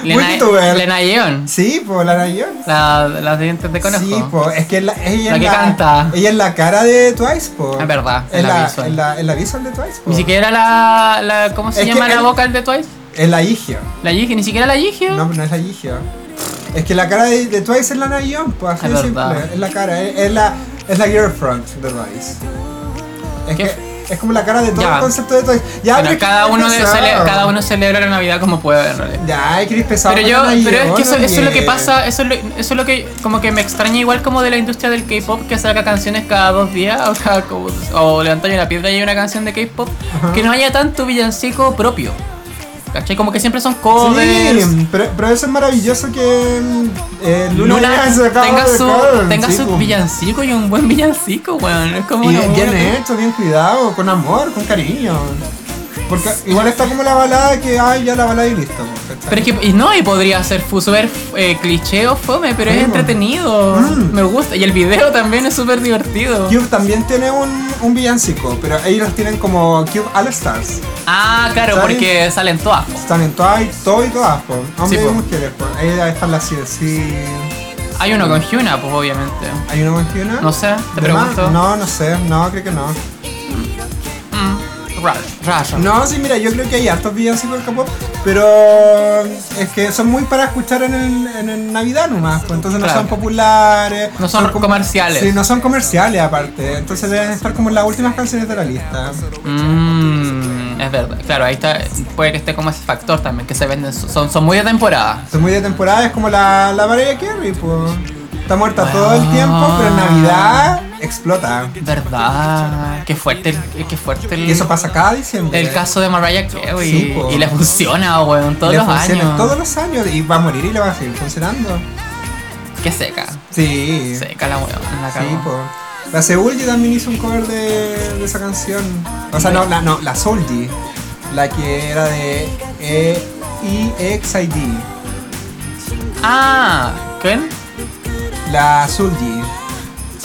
Muy youtuber. Lena Yeon. Sí, pues la Nayeon. La, las dientes de conejo. Sí, po, es que es la- ella La es que la, canta. Ella es la cara de Twice, po. Es verdad, Es es la la, visual. es la- es la visual de Twice, po. Ni siquiera la, la ¿cómo se Es que llama la él- vocal de Twice? Es la Igio. La Yigi, ni siquiera la Yigi. No, no es la Igio. Es que la cara de, de Twice es la Nayeon, pues así Es de simple. verdad. Es la cara, es, es la, es la girlfriend de Twice. Es ¿Qué? que es como la cara de todo Ya. el concepto de Twice. Ya, pero Bueno, es que cada es uno, de- pesado. cele- cada uno celebra la Navidad como puede, en realidad. Ya, hay que ir pesado. Pero con yo, la pero es Nayeon, que eso, eso es lo que oye. pasa, eso es lo, eso es lo que como que me extraña igual como de la industria del K-pop que saca canciones cada dos días o cada como- o levanta una piedra y hay una canción de K-pop que no haya tanto villancico propio. ¿Cachai? Como que siempre son covers. Sí, pero, pero eso es maravilloso que eh, Luna, Luna haya sacado tenga de su, cover, tenga sí, su po. villancico y un buen villancico, weón. Es como Y una bien, buena- bien hecho, bien cuidado, con amor, con cariño. Porque igual está como la balada que, ay, ya la balada y listo. pues, ¿cachai? Pero es que, y no, y podría ser fu- súper eh, cliché o fome, pero Sí, es bueno. entretenido. Mm. Me gusta. Y el video también es súper divertido. Cube también tiene un, un villancico, pero ellos tienen como Cube All Stars. Ah, claro, ¿Sabes? porque salen todas. Están en todas, y- todo y todas, po. Sí, pues. hombres po. y mujeres. Po. Ahí están las sí. Hay uno con Hyuna, pues obviamente. ¿Hay una mangiona? No sé, te pregunto. No, no sé, no, creo que no. Mm, raro, raro. No, sí, mira, yo creo que hay hartos villancicos del K-pop, pero es que son muy para escuchar en, el- en el Navidad nomás, pues entonces no Claro. son populares. No son com- comerciales. Sí, no son comerciales aparte, entonces deben estar como en las últimas canciones de la lista. Mm, es verdad, claro, ahí está. Puede que esté como ese factor también, que se venden. Son, son muy de temporada. Son muy de temporada, es como la, la Mariah Carey, pues. Está muerta Bueno. todo el tiempo, pero en Navidad explota. ¿Verdad? Qué fuerte, el- qué fuerte el, Y eso pasa cada diciembre. el caso de Mariah Carey. Sí, po. y le funciona, weón, todos Le los funciona años. Todos los años y va a morir y le va a seguir funcionando. Qué seca. Sí. Seca la weón. La Ah, Sí, cagó. po. La Seulgi también hizo un cover de, de esa canción. O sea, no, la, no, la Seulgi. La que era de E, EXID. Ah, ¿quién? La Seulgi.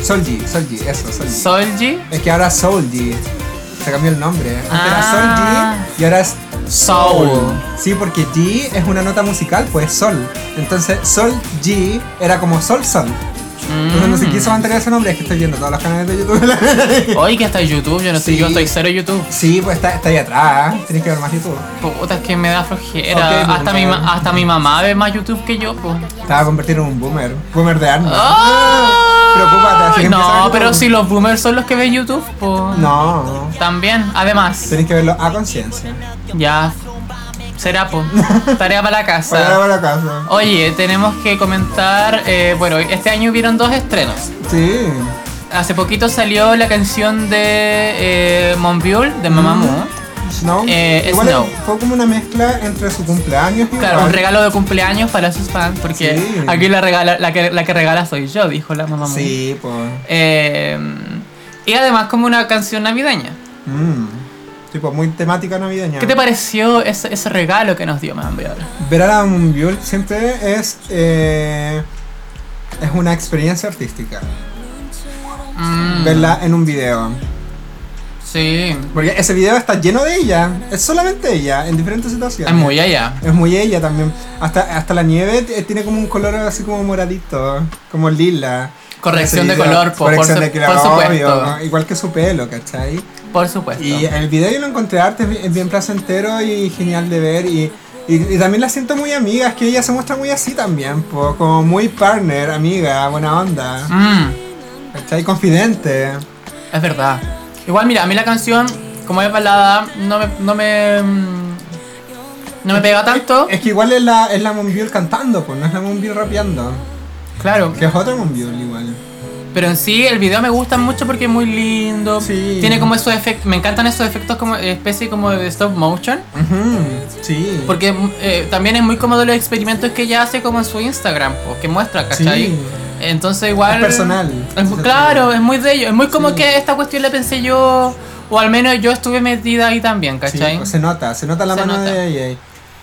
Solji, Solji, eso, Solji. Solji. es que ahora Solji. Se cambió el nombre. Antes Ah. era Solji y ahora es Soul. Sí, porque G es una nota musical, pues Sol. Entonces Sol G era como Sol Sol. Entonces no se Mm. quiso mantener ese nombre, es que estoy viendo todos los canales de YouTube. (laughs) Hoy que está en YouTube, yo no sé, Sí. yo estoy cero YouTube. Sí, pues está, está ahí atrás, ¿eh? tenés que ver más YouTube. Puta, es que me da flojera. Ok, hasta, mi ma- boomer. hasta mi mamá ve más YouTube que yo, po. Te vas a convertir en un boomer, boomer de armas. ¡Ah! Preocúpate, así que empieza a No, ver pero YouTube. si los boomers son los que ven YouTube, po. No, También, además. tenés que verlo a conciencia. Ya. (laughs) Será, po. Tarea para la Ahora casa. para casa. Oye, tenemos que comentar. eh, bueno, este año hubieron dos estrenos. Sí. Hace poquito salió la canción de eh, Monbiul, de Mm. Mamamoo. Snow. Eh, Igual Snow. fue como una mezcla entre su cumpleaños y Claro, un regalo de cumpleaños para sus fans, porque Ah. Sí. aquí la, regala, la, que, la que regala soy yo, dijo la Mamamoo. Sí, pues. Eh, y además como una canción navideña. Mm. Tipo, muy temática navideña. ¿Qué te pareció ese, ese regalo que nos dio Mambiol? Ver a la Moonbyul siempre es. eh, es una experiencia artística. Mm, Verla en un video. Sí, Porque ese video está lleno de ella. Es solamente ella, en diferentes es situaciones. muy allá. Es muy ella también. Hasta, hasta la nieve t- eh, tiene como un color así como moradito, como lila. Corrección Ese de video- color, po, por, corrección su- de color, por obvio, supuesto. ¿no? Igual que su pelo, ¿cachai? Por supuesto. Y el video yo lo encontré arte, es bien- es bien placentero y genial de ver. Y, y- y también la siento muy amiga, es que ella se muestra muy así también, po, como muy partner, amiga, buena onda, Mm, ¿cachai? Confidente. es verdad. Igual mira, a mí la canción, como es balada, no me... No me, mm, no me pega tanto. Es que igual es la, es la Monbiul cantando, pues no es la Monbiul rapeando, Claro. que es otra Monbiul igual. Pero en sí, el video me gusta mucho porque es muy lindo. Sí. Tiene como esos efectos. Me encantan esos efectos como especie como de stop motion. Ujú, sí. Porque eh, también es muy cómodo los experimentos que ella hace como en su Instagram, pues, que muestra, ¿cachai? Sí. Entonces igual... Es personal. es muy- claro, es muy de ellos. Es muy como Sí. que esta cuestión la pensé yo, o al menos yo estuve metida ahí también, Sí, ¿cachai? se nota, se nota la Se mano nota. de ella. ahí.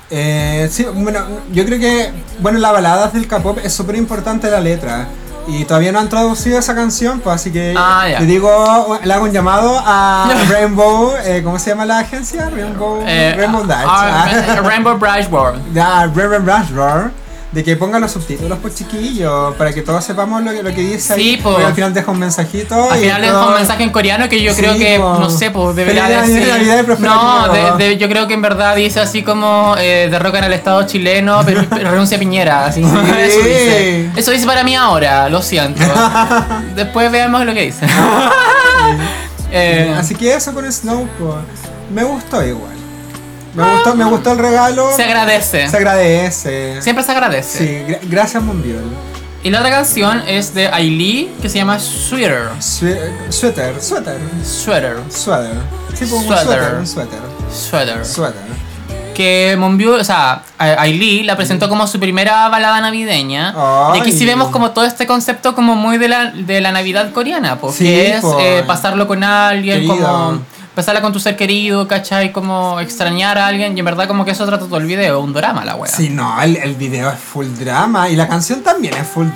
Eh, sí, bueno, yo creo que bueno, la balada del K-pop es súper importante la letra. Y todavía no han traducido esa canción, pues así que Ah, ya. le digo, le hago un llamado (laughs) a Rainbow, eh, ¿cómo se llama la agencia? Rainbow, Eh, Rainbow Dash. ah, ah. Rainbow Bright World. (laughs) Ya, Reverend Rushroar, de que pongan los subtítulos por chiquillo, para que todos sepamos lo que, lo que dice Sí, ahí. po. Porque al final deja un mensajito. Al y final dejo todo- un mensaje en coreano que yo Sí, creo que, po. no sé, pues debería Feliz decir. Navidad y próspero no, año nuevo. de- de- yo creo que en verdad dice así como eh, derrocan al Estado chileno, (laughs) pero pero renuncia a Piñera. así. (laughs) Eso dice. Eso dice para mí ahora, lo (laughs) siento. Después veamos lo que dice. Eh, Así que eso con Snow, po. me gustó igual. Me gustó, me gustó el regalo. Ah, se agradece. Se agradece. Siempre se agradece. Sí, gra- gracias Monbiol. Y la otra canción es de Ailey que se llama Sweater. Sue- Suéter, suéter, Sweater. suéter. Sí, po, un Suéter. suéter, un suéter, Sweater. suéter. que Monbiu, o sea, A- Ailey la presentó como su primera balada navideña. Mm. Ay. Y aquí sí vemos como todo este concepto como muy de la, de la Navidad coreana, porque Sí, pues. es po. eh, pasarlo con alguien, Querido. como pasarla con tu ser querido, ¿cachai? Como extrañar a alguien y en verdad como que eso trata todo el video, un drama la wea. Sí, no, el, el video es full drama y la canción también es full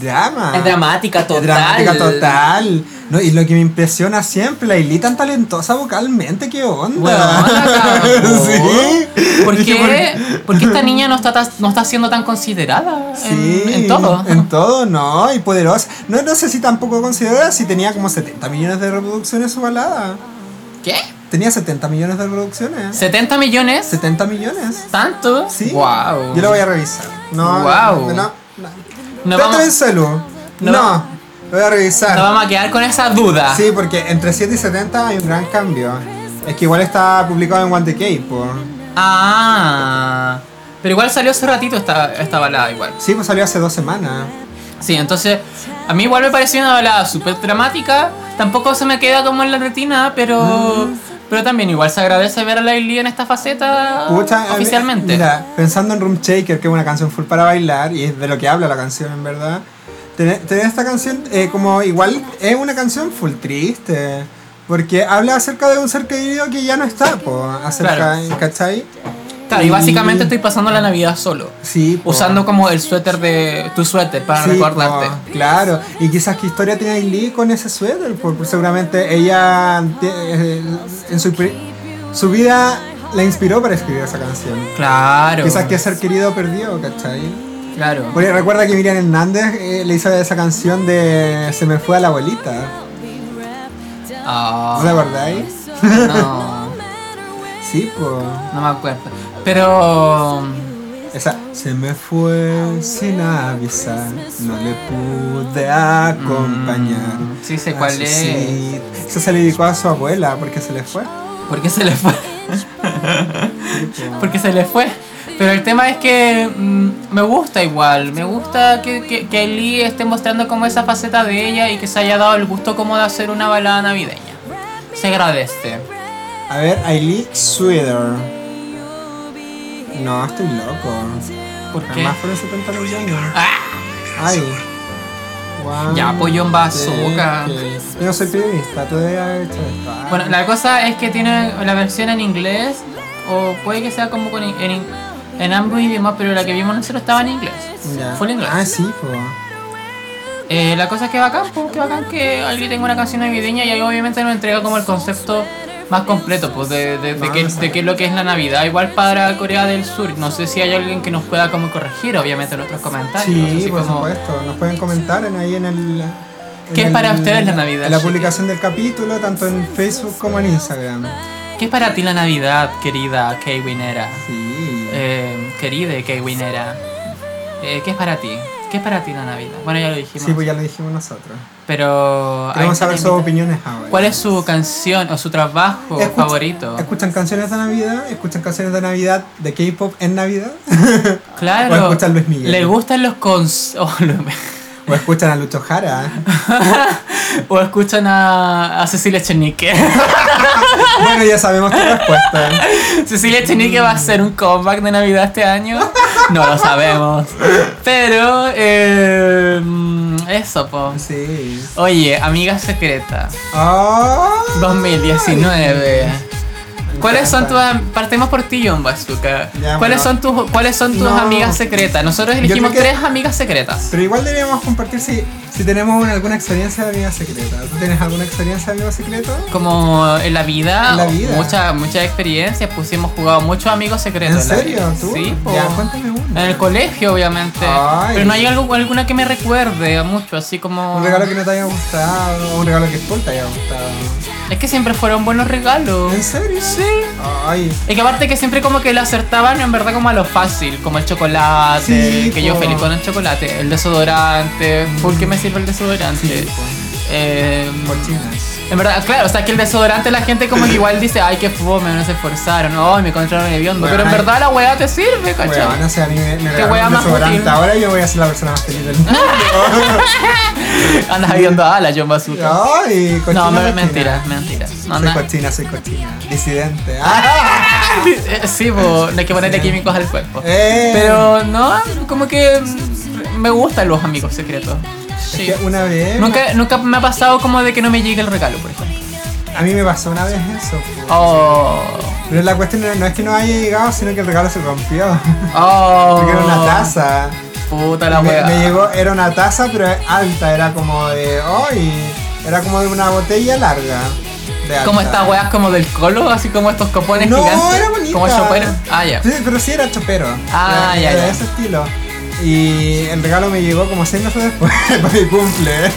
drama. Es dramática total. Es dramática total. No, y lo que me impresiona siempre, la Ili tan talentosa vocalmente, qué onda. (laughs) Bueno, (laughs) sí. ¿Por Dije, qué, ¿Por qué esta niña no está, tan- no está siendo tan considerada Sí, en, en todo? En todo, no, y poderosa. No, no sé si tampoco considera si tenía como 70 millones de reproducciones su balada. ¿Qué? Tenía 70 millones de reproducciones. ¿70 millones? 70 millones. ¿Tanto? Sí. Wow. Yo lo voy a revisar. No. Guau. No. no, no. No Trata vamos- en celu. No. no va- Lo voy a revisar. Nos vamos a quedar con esa duda. Sí, porque entre 7 y 70 hay un gran cambio. Es que igual está publicado en 1DK, por. Ah. Pero igual salió hace ratito esta, esta balada igual. Sí, pues salió hace dos semanas. Sí, entonces a mí igual me pareció una balada súper dramática. Tampoco se me queda como en la retina, pero Mm. pero también igual se agradece ver a Laili en esta faceta Pucha, eh, oficialmente. Mira, pensando en Room Shaker, que es una canción full para bailar y es de lo que habla la canción en verdad. Tener tener esta canción, eh, como igual es una canción full triste, porque habla acerca de un ser querido que ya no está, po, acerca, Claro. ¿cachai? claro, y y- básicamente estoy pasando la Navidad solo. Sí, po. Usando como el suéter de tu suéter para Sí, recordarte. po, claro, y quizás qué historia tiene Ailee con ese suéter, porque seguramente ella tie- eh, en su, pri- su vida la inspiró para escribir esa canción. Claro. Quizás que ser querido perdió, ¿cachai? Claro. Porque recuerda que Miriam Hernández eh, le hizo esa canción de Se me fue a la abuelita. (laughs) ¿No te Ah, acordáis? no, Sí, po. no me acuerdo. Pero Esa se me fue sin avisar, no le pude acompañar. Mm, sí sé cuál Así, es. sí. Eso se le dedicó a su abuela porque se le fue. ¿Por qué se le fue? (laughs) Porque se le fue. Pero el tema es que mm, me gusta igual, me gusta que, que, que Lee esté mostrando como esa faceta de ella y que se haya dado el gusto como de hacer una balada navideña. Se agradece. A ver, Ailee Sweater. No, estoy loco. ¿Por qué? Además fueron 70 millones. ¡Ah! Ay. Wow. Ya, pues, John Bazooka. Yo no soy periodista, tú debes hecho esto. Ah. Bueno, la cosa es que tiene la versión en inglés o puede que sea como con in- en, in- en ambos idiomas, pero la que vimos nosotros estaba en inglés. Ya. Fue en inglés. Ah, sí, po. Eh, la cosa es que bacán, pues, que bacán que alguien tenga una canción navideña y ahí obviamente nos entrega como el concepto más completo, pues, de, de, de No, qué, no sé. de qué es lo que es la Navidad, igual para Corea del Sur. No sé si hay alguien que nos pueda como corregir, obviamente, nuestros comentarios. Sí, así por como- supuesto. Nos pueden comentar en, ahí en el. en ¿Qué es el- para ustedes la Navidad, En la chicos? publicación del capítulo, tanto en Facebook como en Instagram. ¿Qué es para ti la Navidad, querida Kay Winera? Sí. Eh, querida Kay Winera. Eh, ¿Qué es para ti? ¿Qué es para ti la Navidad? Bueno, ya lo dijimos. sí, pues ya lo dijimos nosotros. Pero... Queremos a saber sus opiniones ahora. ¿Cuál es su canción o su trabajo Escucha- favorito? ¿Escuchan canciones de Navidad? ¿Escuchan canciones de Navidad de K-pop en Navidad? (laughs) Claro. O escucha a Luis Miguel. Le gustan los cons. (laughs) O, lo- ¿O escuchan a Lucho Jara? o escuchan a, a Cecilia Chenique. bueno, ya sabemos tu respuesta. (laughs) Cecilia Chenique va a hacer un comeback de Navidad este año. No lo sabemos. Pero. eh, eso, po. Sí. Oye, amiga secreta. ¡Ah! 2019. ¿Cuáles son tus encanta. am- partimos por ti, John Bazooka? Ya, ¿Cuáles bueno. son tus cuáles son tus No. amigas secretas? Nosotros creo elegimos que- tres amigas secretas. Pero igual deberíamos compartir si, si tenemos una- alguna experiencia de amigo secreto. ¿Tú tienes alguna experiencia de amigo secreto? Como en la vida, En la vida. muchas muchas experiencias, pues hemos jugado muchos amigos ¿En secretos. en la serio? vida. ¿Tú? Sí, po. ya, cuéntame una. En el colegio, obviamente. Ay. Pero no hay algo, alguna que me recuerde mucho, así como. Un regalo que no te haya gustado, un regalo que full te haya gustado. Es que siempre fueron buenos regalos. ¿En serio? Sí. Ay, Es que aparte que siempre como que lo acertaban en verdad como a lo fácil, como el chocolate, Sí, que yo po. feliz con el chocolate, el desodorante, ¿por qué me sirve el desodorante? sí, pues, po. Eh, cochinas. en verdad, claro, o sea que el desodorante la gente como que igual dice, ay que fome, no se esforzaron, ay me encontraron hediondo, Weón, pero en ay. verdad la weá te sirve, (laughs) ¿cachai? Bueno, no sé, a mí me, me wea regalaron un más desodorante. útil. Ahora yo voy a ser la persona más feliz del (laughs) mundo. (laughs) Andas hediondo a la John Bazooka. Ay, cochina. No, me- cochina. mentira, mentira. No, soy na- cochina, soy cochina. Disidente. ¡Ah! (laughs) Eh, Sí, po, no hay que ponerle químicos al cuerpo. Eh. (laughs) Pero no, como que mm, me gustan los amigos secretos. Es Sí. que una vez. Nunca, nunca me ha pasado como de que no me llegue el regalo, por ejemplo. A mí me pasó una vez eso. po. Oh. Pero la cuestión no, no es que no haya llegado, sino que el regalo se rompió. (laughs) Oh. Porque era una taza. Puta la me, wea. me llegó, era una taza, pero alta, era como de. ¡Ay! era como de una botella larga. de alta. Como estas weas como del colo, así como estos copones No, gigantes. era bonita. Como choperos. Ah, ya. Sí, pero sí era chopero. Ah, Era- ya, era ya. De ese estilo. Y el regalo me llegó como seis meses después, (laughs) para mi cumple.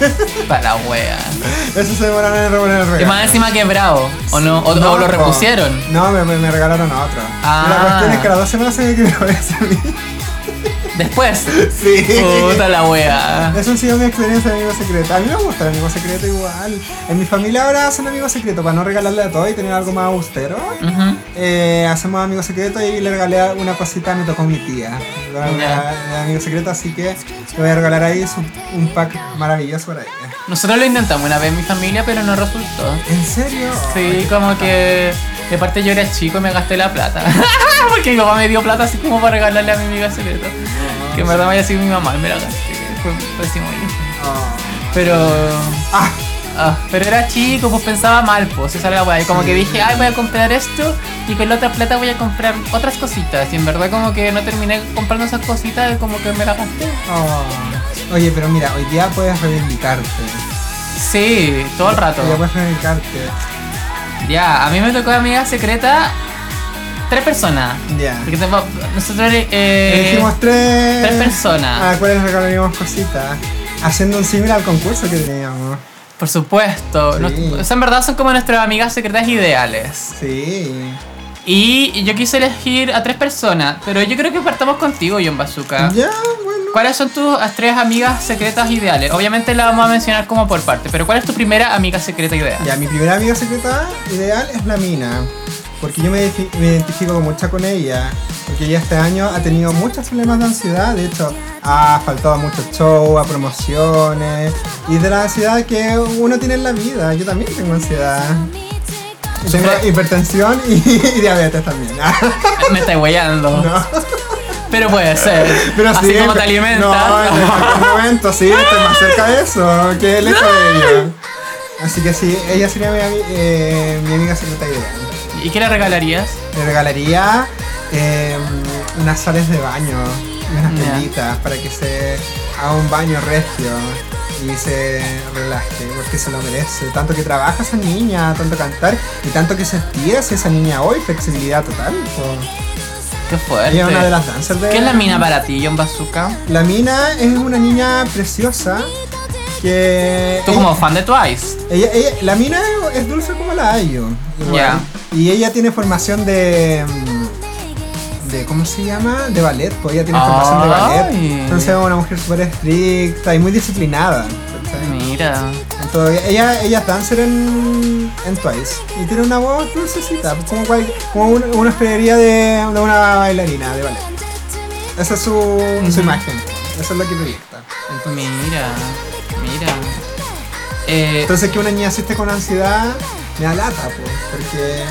Para la wea. (laughs) Eso se demoraron en revolver el regalo. Y más encima quebrado. O no, o, o lo po. repusieron. No, me, me- me regalaron a otro. Ah. La cuestión es que a las dos semanas se me quedó (laughs) ese a mí. Después. (laughs) Sí. Puta la wea. Eso ha sido mi experiencia de amigo secreto. A mí me gusta el amigo secreto igual. En mi familia ahora hacen amigo secreto para no regalarle a todo y tener algo más austero. Ujú. Eh, hacemos amigo secreto y le regalé una cosita, me tocó mi tía. La, Ya. la- la amigo secreto, así que le voy a regalar ahí su- un pack maravilloso para ella. Nosotros lo intentamos una vez en mi familia, pero no resultó. ¿En serio? Sí, como que de parte yo era chico y me gasté la plata. (laughs) Porque mi papá me dio plata así como para regalarle a mi amiga secreta. Que en verdad me había sido mi mamá y me la gasté. Fue pésimo yo. Oh. Pero. Ah, ah, pero era chico, pues pensaba mal, pues esa era la weá. Y como que dije, ay, voy a comprar esto y con la otra plata voy a comprar otras cositas. Y en verdad, como que no terminé comprando esas cositas y como que me la gasté. oh. Oye, pero mira, hoy día puedes reivindicarte. Sí, todo el rato. Hoy día puedes reivindicarte. Ya, a mí me tocó amiga secreta tres personas. Ya. Porque tengo- nosotros eh, Elegimos tres. tres personas. A las cuales regalaríamos cositas. Haciendo un símil al concurso que teníamos. Por supuesto. Sí. Nos- o sea, en verdad son como nuestras amigas secretas ideales. Sí. Y yo quise elegir a tres personas, pero yo creo que partamos contigo, John Bazooka. Ya, bueno. ¿Cuáles son tus tres amigas secretas ideales? Obviamente la vamos a mencionar como por parte, pero ¿cuál es tu primera amiga secreta ideal? Ya, mi primera amiga secreta ideal es la mina. Porque yo me, identifi- me identifico mucho con ella. Porque ella este año ha tenido muchos problemas de ansiedad. De hecho, ha faltado a muchos shows, a promociones. Y de la ansiedad que uno tiene en la vida. Yo también tengo ansiedad. Y Tengo Sufre- hipertensión y, y diabetes también. ah, (laughs) Me está huellando. (laughs) No. Pero puede ser. Pero Así sí, como te pero- alimentas. No, en algún momento sí, estoy más cerca de eso que el hecho (laughs) de ella. Así que sí, ella sería mi, ami- eh, mi amiga secreta ideal. (laughs) ¿Y qué le regalarías? Le regalaría eh, unas sales de baño y unas Ya. pelitas para que se haga un baño regio y se relaje, porque se lo merece. Tanto que trabaja esa niña, tanto cantar y tanto que se estira hacia esa niña hoy, flexibilidad total. po. Qué fuerte. Ella es una de las dancers de. Este, ¿Qué es la mina para ti, John Bazooka? La mina es una niña preciosa que. Tú ella- como fan de Twice. ella- ella- la mina es- es dulce como la Ayo. igual. Ya. Y ella tiene formación de. mm, de ¿Cómo se llama? De ballet. Pues ella tiene formación de Ay. ballet. Entonces es una mujer súper estricta y muy disciplinada. ¿cachai? Mira. Entonces, ella, ella es dancer en, en Twice. Y tiene una voz dulcecita, pues, como, cual- como un- una esperaría de, de una bailarina de ballet. Esa es su, su imagen. Eso es lo que proyecta. Entonces, Mira, mira. Eh, entonces que una niña asiste con ansiedad me da lata, pues, porque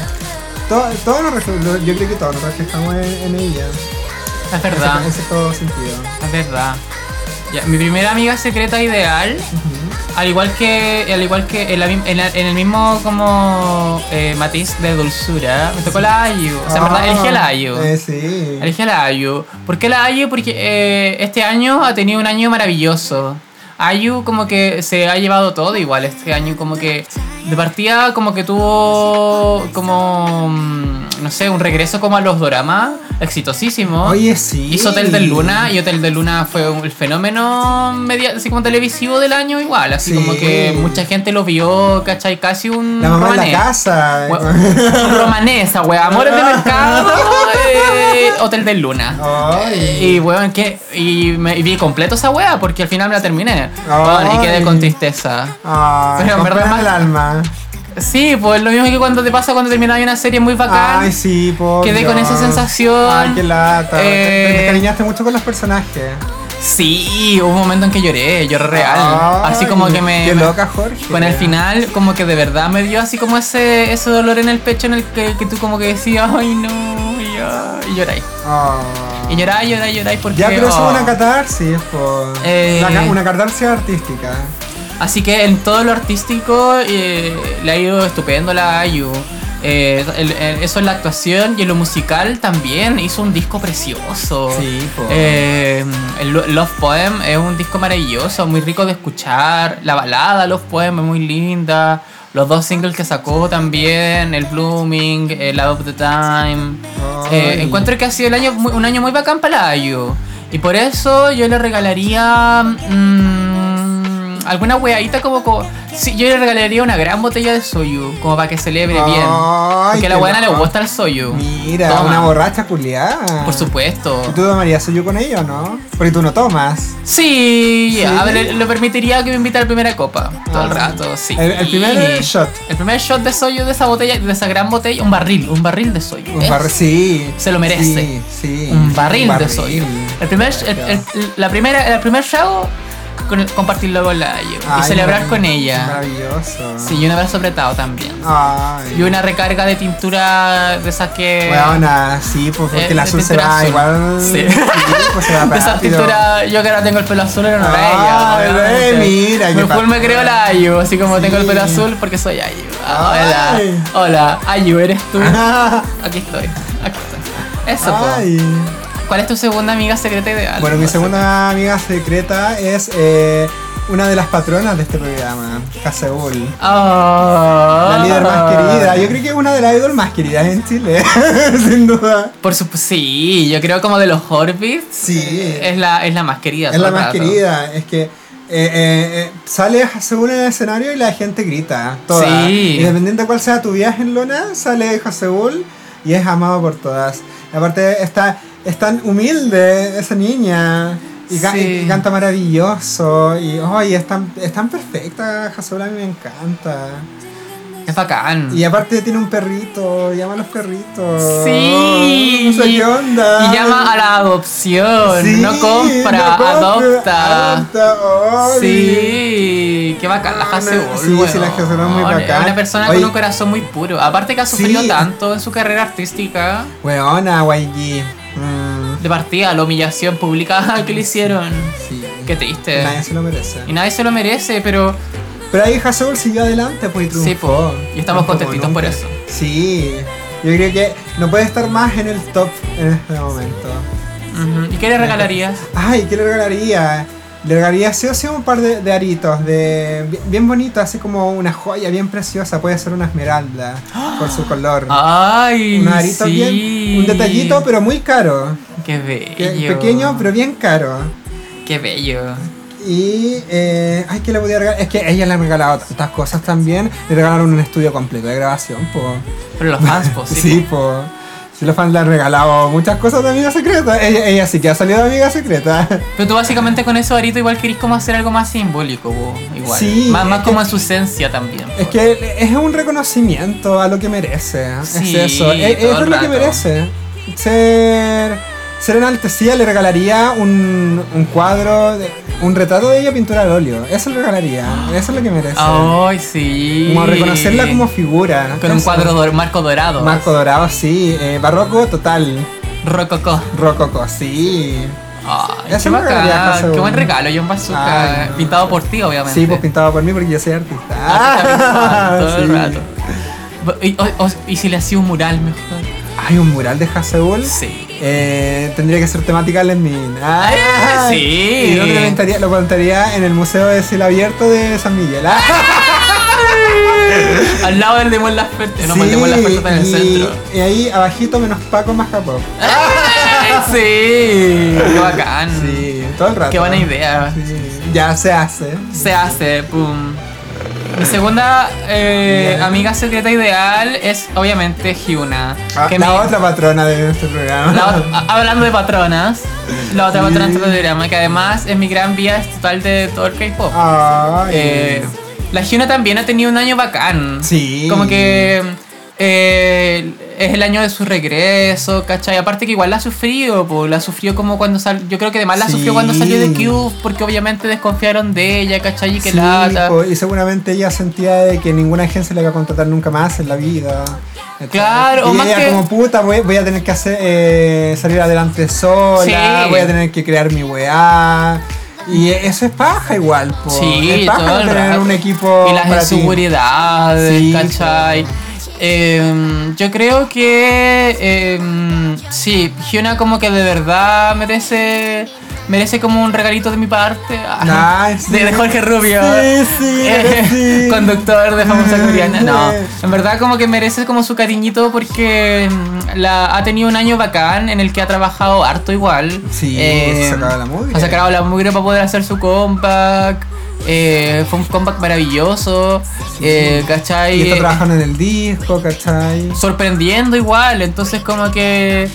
todo, todos nos refle- yo creo que todos nos reflejamos en, en ella. es verdad, En cierto sentido. es verdad. Ya, mi primera amiga secreta ideal Ujú. al igual que al igual que en, la mi- en la- en el mismo como eh, matiz de dulzura, me tocó la Ayu. O sea, en verdad, elegí a la Ayu. Eh, sí. Elegí a la Ayu. ¿Por qué la Ayu? Porque eh, este año ha tenido un año maravilloso. Ayu como que se ha llevado todo igual este año, como que de partida como que tuvo como, mm, no sé, un regreso como a los doramas, exitosísimo. Oye, sí. Hizo Hotel del Luna y Hotel del Luna fue un- el fenómeno media, así como televisivo del año igual, así Sí. como que mucha gente lo vio, ¿cachai? Casi un La mamá romané. en la casa. Hue- (laughs) un romané esa wea, amores de mercado, (laughs) eh, Hotel del Luna. (laughs) Ay. Y weón, que y me y vi completo esa wea porque al final me la terminé. Weón, y quedé Ay. con tristeza. Ay, Pero en verdad comprendo más- el alma. Sí, pues lo mismo que cuando te pasa cuando terminas una serie muy bacán. Ay, sí, por Quedé con Dios. esa sensación. Ay, qué lata. Te- Eh, Te, te cariñaste mucho con los personajes. Sí, hubo un momento en que lloré, lloré real. así Ay, como que me. Qué me- loca, Jorge. Con el final, como que de verdad me dio así como ese, ese dolor en el pecho en el que, que tú como que decías, ay no, y, ah", y lloráis. Oh. Y lloráis, lloráis, lloráis porque... Ya, pero eso oh. es una catarsis, po. Eh. La ca- una catarsis artística. Así que en todo lo artístico eh, le ha ido estupendo a la Ayu. Eh, el- el- eso en la actuación y en lo musical también hizo un disco precioso. Sí, po. Eh, el Lo- Love Poem es un disco maravilloso, muy rico de escuchar. La balada Love Poem es muy linda. Los dos singles que sacó también, el Blooming, el Out of the Time. Eh, Ay. encuentro que ha sido el año, muy- un año muy bacán para la Ayu. Y por eso yo le regalaría mm, alguna weadita como... co- sí, yo le regalaría una gran botella de soyu, como para que celebre bien. Ay, Porque a la qué buena le loco. gusta el soyu. Mira, Toma. una borracha culiada. Por supuesto. ¿Y tú tomarías soy yo con ello, no? Porque tú no tomas. Sí, Sí. a ver, lo permitiría que me invite a la primera copa todo el Ah. rato, sí. Eh. El- el primer shot. El primer shot de soyu de esa botella, de esa gran botella, un barril, un barril de soyu. Un barril, sí. Eh. Se lo merece. Sí, sí. un barril, Un de sodio. El primer, el, el- el- la primera, el primer trago, con- compartirlo con la Ayo y Ay, celebrar con maravilloso, ella. Maravilloso. Sí, y un abrazo apretado también. Ay. Y una recarga de tintura de esas que. Weona, sí, pues porque Eh, la de azul se pintura va azul. igual. (laughs) Sí. pues (laughs) se va de esas rápido. (laughs) tinturas, yo que ahora tengo el pelo azul, era una Ay, bella. ve, obviamente. mira, qué Me, full patada. me creo la Ayo, así como tengo el pelo Sí. azul porque soy Ayo. Ah, Ay. hola, hola, Ayo, eres tú. Ah, Aquí estoy, aquí estoy. Eso, po. Ay. ¿cuál es tu segunda amiga secreta ideal? Bueno, mi No sé. segunda amiga secreta es eh, una de las patronas de este programa, Caseul. Ah. La líder más querida. Yo creo que es una de las idol más queridas en Chile, (laughs) sin duda. Por supuesto, sí, yo creo como de los Orbits. Sí. Es la, es la más querida. (laughs) Es todo la el más rato. querida. Es que eh, eh, eh, sale según el escenario y la gente grita. Toda. Sí. Independiente de cuál sea tu viaje en Lona, sale Haseul y es amado por todas. Y aparte está, es tan humilde esa niña. Y, ca- Sí. y canta maravilloso. Y oh, y es, tan, es tan perfecta. Haseul a mí me encanta. Mm. Es bacán. Y aparte tiene un perrito. Llama a los perritos. Sí. No sé qué onda. Y llama a la adopción. Sí, no compra, no compra, adopta. adopta, ay. Sí, qué bacán la Ah, Haseul. no, sí, sí, la Haseul es muy weón. bacán. Una persona Oye. con un corazón muy puro. Aparte que ha sufrido tanto en su carrera artística, Weona, YG. Mm, de partida, la humillación pública (laughs) que le hicieron. sí. Qué triste. Nadie se lo merece. Y nadie se lo merece, pero Pero ahí Haseul siguió adelante, pues y Sí, triunfó. po. Y estamos Triunfó como contentitos por nunca. eso. Sí. Yo creo que no puede estar más en el top en este momento. Ujú. ¿Y qué le regalarías? Ay, ¿qué le regalaría? Le regalaría sí o sí un par de, de aritos, de bien- bien bonito, así como una joya bien preciosa. Puede ser una esmeralda por su color. Ah, Ay, un arito sí. bien, un detallito, pero muy caro. Qué Que- bello. pequeño, pero bien caro. Qué bello. Y, eh, ay, ¿qué le podía regalar? Es que ella le han regalado tantas cosas también. Le regalaron un estudio completo de grabación, po. Pero (laughs) los fans, pues, sí. Sí, po. Sí, los fans le han regalado muchas cosas de amiga secreta. Ella, ella sí que ha salido de amiga secreta. Pero tú básicamente con eso arito igual querís como hacer algo más simbólico, po, igual. Sí, más más es como que- en su esencia también. po. Es que es un reconocimiento a lo que merece. ¿eh? Sí, es eso. Es, es todo el lo que rato. merece. Ser, ser enaltecida le regalaría un, un cuadro, de- un retrato de ella pintura al óleo. Eso le regalaría. Eso es lo que merece. Ay, sí. Como reconocerla como figura. Con un Eso. cuadro dor- marco dorado. Marco Dorado, sí. eh, barroco total. Rococó. Rococó, sí. Ay, Ese qué, me regalaría bacán, casa, qué buen bueno. regalo, John Bazooka. eh, Ay, no. Pintado por ti, obviamente. Sí, pues pintado por mí porque yo soy artista. (laughs) Ah, todo el Sí. rato. Y, o- o- y si le hacía un mural mejor. Hay un mural de Haseul. Sí. Eh, tendría que ser temática Lemmin. Ah, Ah, sí. Y yo lo plantaría, lo plantaría en el Museo de Cielo Abierto de San Miguel. Ah, (laughs) Al lado del Demon Las Fuertes. No, pues, el sí, Demon Las Fuertes está en el y- centro. (laughs) Y ahí abajito menos Paco más Capó. Ay, sí. Qué bacán. Sí, todo el rato. Mm. Qué buena idea. Sí, ya se hace. Se hace, pum. Mi segunda eh, Bien. amiga secreta ideal es obviamente Hyuna. Ah, que la me- otra patrona de nuestro programa. la o- a- hablando de patronas, la otra Sí. patrona de este programa, que además es mi gran vía estatal de todo el K-pop. (laughs) Ay. Eh, la Hyuna también ha tenido un año bacán. Sí. Como que eh, es el año de su regreso, ¿cachai? Aparte que igual la ha sufrido, po, la sufrió como cuando sal Yo creo que además la Sí. sufrió cuando salió de Cube, porque obviamente desconfiaron de ella, ¿cachai? Y que Sí, lata. po, y seguramente ella sentía de que ninguna agencia le iba a contratar nunca más en la vida. etc. Claro, o y más ella que- como puta, voy, voy a tener que hacer, eh, salir adelante sola, Sí. voy a tener que crear mi weá. Y eso es paja igual, po. Sí, es paja todo el tener rato. un equipo Y las para ti. inseguridades, Sí, ¿cachai? Em, yo creo que em, sí, Hyuna como que de verdad merece merece como un regalito de mi parte Ah, Ay, sí. de, de Jorge Rubio. Sí, sí, Eh, sí. (laughs) Ah, Conductor de famosa coreana. No, Sí. en verdad como que merece como su cariñito porque mm, la, ha tenido un año bacán en el que ha trabajado harto igual. Sí, Em, se ha sacado la mugre. ha sacado a la mugre para poder hacer su comeback. eh, fue un comeback maravilloso. eh, Y ¿Cachai? está trabajando en el disco, ¿cachai? Sorprendiendo igual. Entonces como que...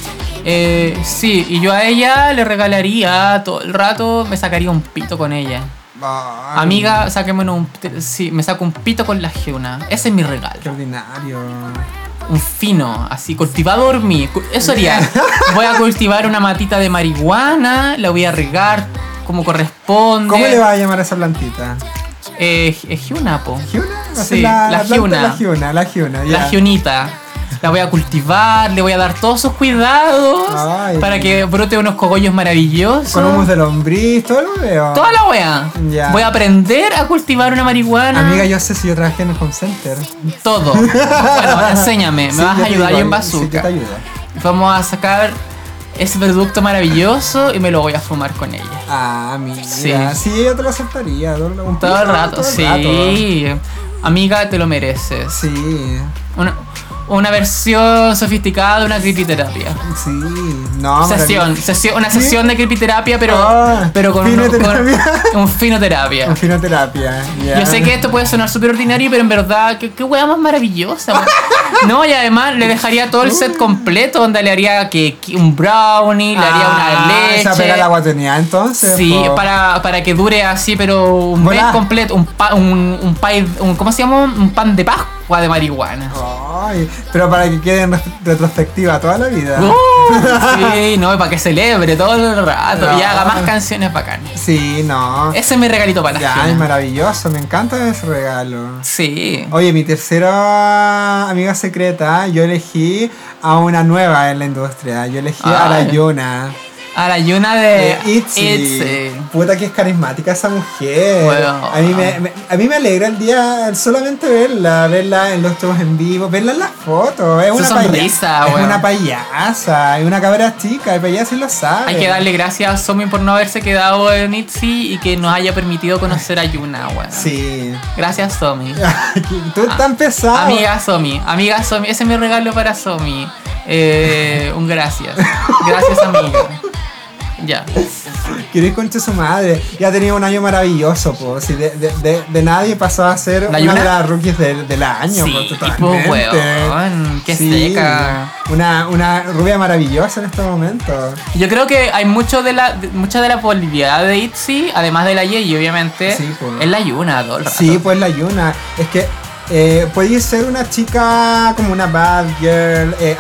eh, sí, y yo a ella le regalaría todo el rato, me sacaría un pito con ella. Ay, Amiga, saquémonos un... te- Sí, me saco un pito con la Giona. Ese es mi regalo. Qué ordinario. Un fino, así, cultivador mío. Cu- Eso haría. (laughs) Voy a cultivar una matita de marihuana, la voy a regar como corresponde. ¿Cómo le va a llamar a esa plantita? Eh, es Hyuna, po. ¿Giuna? Va a ser Sí, la, la planta- Giuna. La Giuna, la Giuna, La ya. Hyunita. La voy a cultivar, le voy a dar todos sus cuidados Ay. para que brote unos cogollos maravillosos. Con humus de lombriz, todo lo veo. Toda la wea. Ya. Voy a aprender a cultivar una marihuana. Amiga, yo sé si yo trabajé en el home center. (laughs) Todo. Bueno, enséñame, me Sí, vas yo a te ayudar digo, yo en Sí, yo bazooka. te ayudo. Vamos a sacar ese producto maravilloso y me lo voy a fumar con ella. Ah, mira. Sí. Sí, yo te lo aceptaría. Todo, un Todo el poquito, rato, todo el sí. Amiga, te lo mereces. rato. Sí. Una, una versión sofisticada de una cripiterapia. Sí. No, Sesión, maravilloso. sesión- una ¿Sí? sesión de cripiterapia, pero, Ah, pero con, un, finoterapia. con un finoterapia. En finoterapia. ya. Yo sé que esto puede sonar súper ordinario, pero en verdad, qué, qué wea más (laughs) maravillosa. man. No, y además le dejaría todo el Uh. set completo, donde le haría que, que un brownie, le haría Ah, una leche. Esa pega la guatenía entonces. Sí, po. para, para que dure así, pero un Volá. mes completo, un, pa- un, un pay- un- ¿cómo se llama? Un pan de pascua de marihuana. Ay, pero para que quede en re- retrospectiva toda la vida. Uh, sí, no, para que celebre todo el rato y No. (laughs) haga más canciones bacanas. Sí, no. Ese es mi regalito para la Ya, es gente. maravilloso. Me encanta ese regalo. Sí. Oye, mi tercera amiga secreta, yo elegí a una nueva en la industria. Yo elegí a Ay. la Yona. A la Yuna de de Itzy. Itzy. Puta que es carismática esa mujer. Bueno. A, mí me, me- a mí me alegra el día solamente verla, verla en los shows en vivo, verla en las fotos. Es Su una sonrisa, payasa. Es bueno. una payasa, es una cabra chica, el payaso sí lo sabe. Hay que darle gracias a Somi por no haberse quedado en Itzy y que nos haya permitido conocer a Yuna, weón. Sí. (laughs) Gracias, Somi. Tú tan pesado. Ah, Amiga Somi, amiga Somi, ese es mi regalo para Somi. Eh, un gracias. Gracias, amiga. Ya. Quiero ir concha su madre. Ya ha tenido un año maravilloso, po. Si de, de, de, de nadie pasó a ser ¿La una Yuna? de las rookies del, del año, po, Sí, totalmente. po, weón, qué seca. Una, una rubia maravillosa en este momento. Yo creo que hay mucho de la, de- mucha de la polivia de Itzy, además de la Yeji, obviamente. Sí, po. Es la Yuna, todo el rato. Sí, pues la Yuna. Es que eh, puede ser una chica como una bad girl, eh,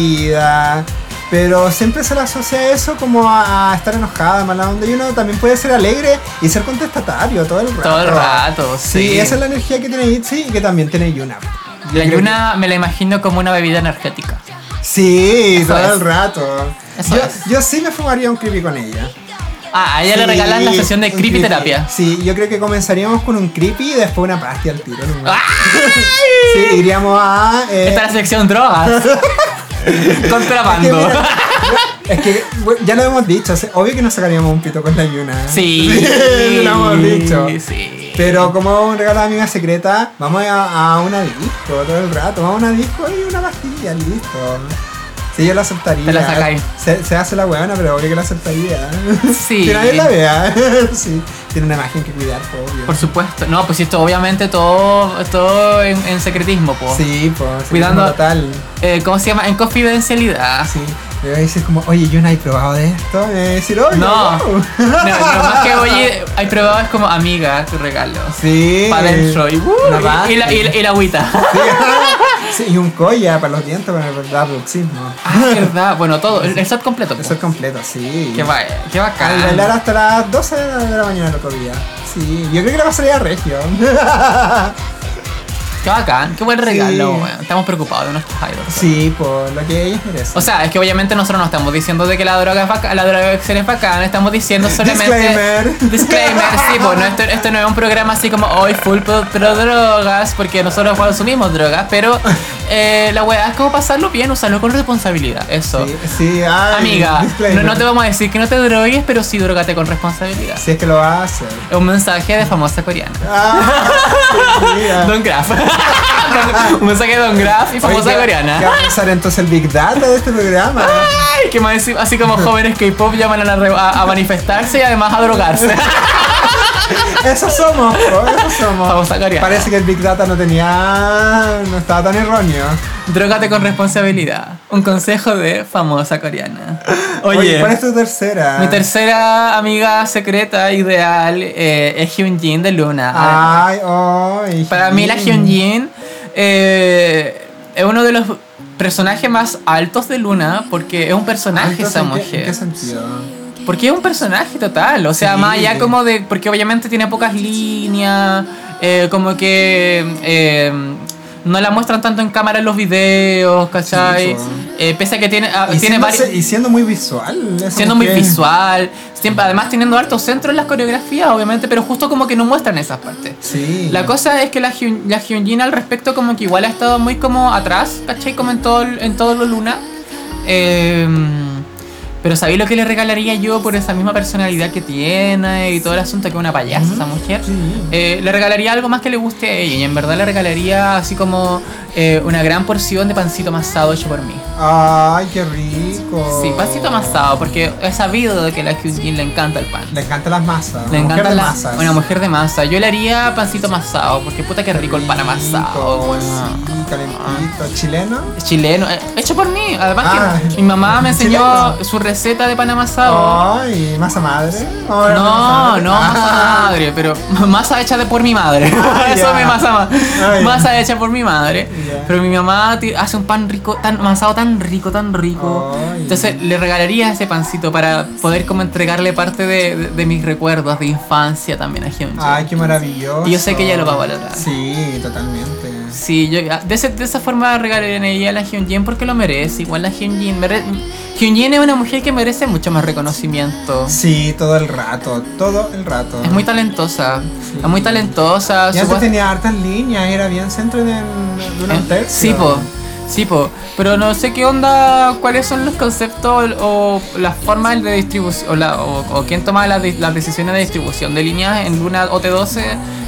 atrevida. Pero siempre se le asocia a eso como a, a estar enojada, mala onda. Y uno también puede ser alegre y ser contestatario todo el rato. Todo el rato, Sí, sí. esa es la energía que tiene Itzy y que también tiene Yuna. Yo La creo Yuna me la imagino como una bebida energética. que- Sí, Eso todo es. el rato. Eso yo, es. yo sí me fumaría un creepy con ella. Ah, a ella le Sí, regalan la sesión de un creepy terapia. Sí, yo creo que comenzaríamos con un creepy y después una pastia al tiro. ¿no? Sí, iríamos a. eh, Esta es la (laughs) sección drogas. que Contrabando. (laughs) mira, es que bueno, ya lo hemos dicho, o sea, obvio que nos sacaríamos un pito con la Yuna. (laughs) Sí. lo hemos dicho. Sí. Pero como un regalo de amiga secreta, vamos a, a una disco todo el rato. Vamos a una disco y una pastilla, listo. Sí, yo la aceptaría. Te la sacáis. Se, se hace la buena, pero obvio que la aceptaría. Sí. (laughs) Que nadie la vea. sí. Tiene una imagen que cuidar, pues, obvio. Por supuesto. No, pues esto obviamente todo, todo en, en secretismo, po. Sí, pues. Cuidando- Total. Eh, ¿Cómo se llama? En confidencialidad. Ah, Sí. Le voy a decir como, oye, yo no he probado de esto. Me voy a decir, oye, No. wow". (laughs) No, lo más que oye, hay probado es como amiga, tu regalo. Sí. Pa' dentro y, uh, Una y, y la, y, la- y la (laughs) agüita. (laughs) Sí, y un collar para los dientes, para el bruxismo. Ah, verdad. Bueno, todo. El, el set completo. po. Eso es completo, sí. Qué, ba qué Al bacán. bailar hasta las 12 de la mañana el otro día. Sí, yo creo que la pasaría regio. (laughs) Qué bacán. Qué buen regalo, Sí. weón. Estamos preocupados de nuestros idols. sí, por lo que ellas merecen. O sea, es que obviamente nosotros no estamos diciendo de que la droga es bacana, la droga es bacana, estamos (laughs) diciendo solamente... Disclaimer. (laughs) Disclaimer, sí, pues no, esto, esto no es un programa así como hoy full pro, pro drogas, porque nosotros consumimos drogas, (laughs) pero eh, la weá es como pasarlo bien, usarlo con responsabilidad, eso. sí, sí, ay, Amiga, no, disclaimer. no te vamos a decir que no te drogues, pero sí drogate con responsabilidad. Si es que lo hace. Es un mensaje de famosa coreana. Ah, (laughs) mira. Don Graf. (laughs) un mensaje de Don Graf y famosa Ah. Oye, ¿qué- ¿Qué coreana. va a pensar entonces el Big Data de este programa? (laughs) Ay, que más encima- así como jóvenes K-pop llaman a, la re- a- a manifestarse y además a drogarse. Eso somos, po, eso somos. Famosa coreana. Parece que el Big Data no tenía. no estaba tan erróneo. (laughs) Drógate con responsabilidad. Un consejo de famosa coreana. Oye, ¿cuál es tu tercera? mi tercera amiga secreta ideal eh, es Hyunjin de Luna. Ay, ay. Para mí la Hyunjin eh, es uno de los personajes más altos de Luna porque es un personaje Entonces, esa ¿en qué- ¿En mujer. qué sentido? Porque es un personaje total, o sea, Sí. más allá como de... Porque obviamente tiene pocas líneas, eh, como que eh, no la muestran tanto en cámara en los videos, ¿cachai? Sí, po. Eh, pese a que tiene, ah, Y, tiene siendo, varios... y siendo muy visual. esa Siendo muy mujer. visual, siempre, además teniendo hartos centros en las coreografías, obviamente, pero justo como que no muestran esas partes. Sí. La cosa es que la, Hyun, la Hyunjin al respecto como que igual ha estado muy como atrás, ¿cachai? Como en todo, el- en todo lo luna. Eh, pero ¿sabéis lo que le regalaría yo por esa misma personalidad que tiene y todo el asunto que es una payasa esa mujer? Sí. Eh, le regalaría algo más que le guste a ella y en verdad le regalaría así como eh, una gran porción de pancito amasado hecho por mí. Ay, qué rico. Sí, pancito amasado porque he sabido de que a la Hyunjin le encanta el pan. Le encantan las masas. una Le mujer encanta de la, masas. una mujer de masa. Yo le haría pancito amasado, porque puta que rico el pan amasado. Rico, pues. weón. sí, Calentito. Chileno. Es Chileno, eh, hecho por mí. Además Ah. Oh, que mi mamá me enseñó Chileno. su receta de pan amasado. Ay, masa madre. Ay, masa No, madre. no, masa Ah. madre, pero (laughs) masa hecha de por mi madre. Ah, (laughs) ya. Eso me masa más. Ah, ya. Masa hecha por mi madre. Ya. Pero mi mamá ti- hace un pan rico, tan amasado tan rico, tan rico. Ay. Entonces le regalaría ese pancito para poder como entregarle parte de, de- de mis recuerdos de infancia también a Hyunjin. Ay, qué maravilloso. Y yo sé que ella lo va a valorar. Sí, totalmente. Sí, yo ah, de, ese- de esa forma regalaría a la Hyunjin porque lo merece. Igual la Hyunjin. mere- Hyunjin es una mujer que merece mucho más reconocimiento. Sí, todo el rato, todo el rato. Es muy talentosa. Es muy talentosa. Y su antes voz- tenía hartas líneas, era bien centro de, de eh, unos tercios. Sí, po. Sí, po. Pero no sé qué onda, cuáles son los conceptos o las formas de distribución, o, la- o- o quién toma las, de- las decisiones de distribución de líneas en Luna OT12,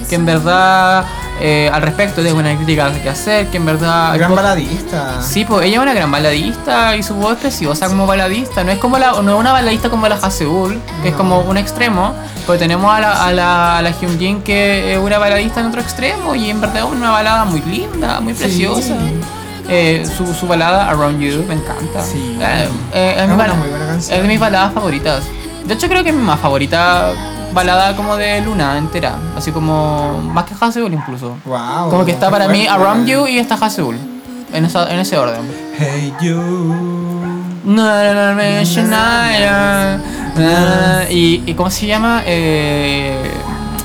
que en verdad eh, al respecto tengo una crítica que hacer, que en verdad... Gran baladista. Sí, pues ella es una gran baladista y su voz es preciosa como baladista. No es como la, no es una baladista como la Haseul, que es No. como un extremo, pero tenemos a la, a la, a la Hyunjin que es una baladista en otro extremo y en verdad es una balada muy linda, muy preciosa. Eh, su, su balada Around You me encanta. Sí. Eh, eh, es, Es mi una bala- muy buena canción. es de mis baladas favoritas. De hecho creo que es mi más favorita balada como de Luna entera, así como más que Haseul incluso. Wow. Como que está qué para mí fuerte. Around You y está Haseul. En, esa- en ese orden. Hey you. No, no, no, no, Shania. Ah, Y, y ¿cómo se llama? Eh,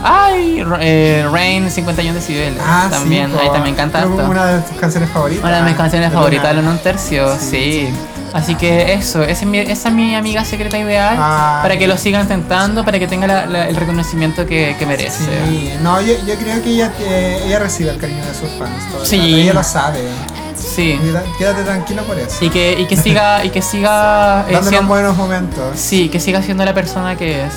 ay, Ra- eh, Rain 51 decibeles. Ah, también, sí, po. ahí también canta Creo que harto. Una de tus canciones favoritas. Una de mis canciones Luna. favoritas, Luna un tercio, Sí, sí. Así que eso, ese es mi- esa es mi amiga secreta ideal. Ay. Para que lo sigan tentando, para que tenga la- la- el reconocimiento que, que merece. Sí, no, yo, yo creo que ella, eh, ella recibe el cariño de sus fans. todo el Sí. rato, Ella lo sabe. Sí. Queda- Quédate tranquilo por eso. Y que, y que siga, y que siga eh, Dándole siendo- buenos momentos. sí, que siga siendo la persona que es.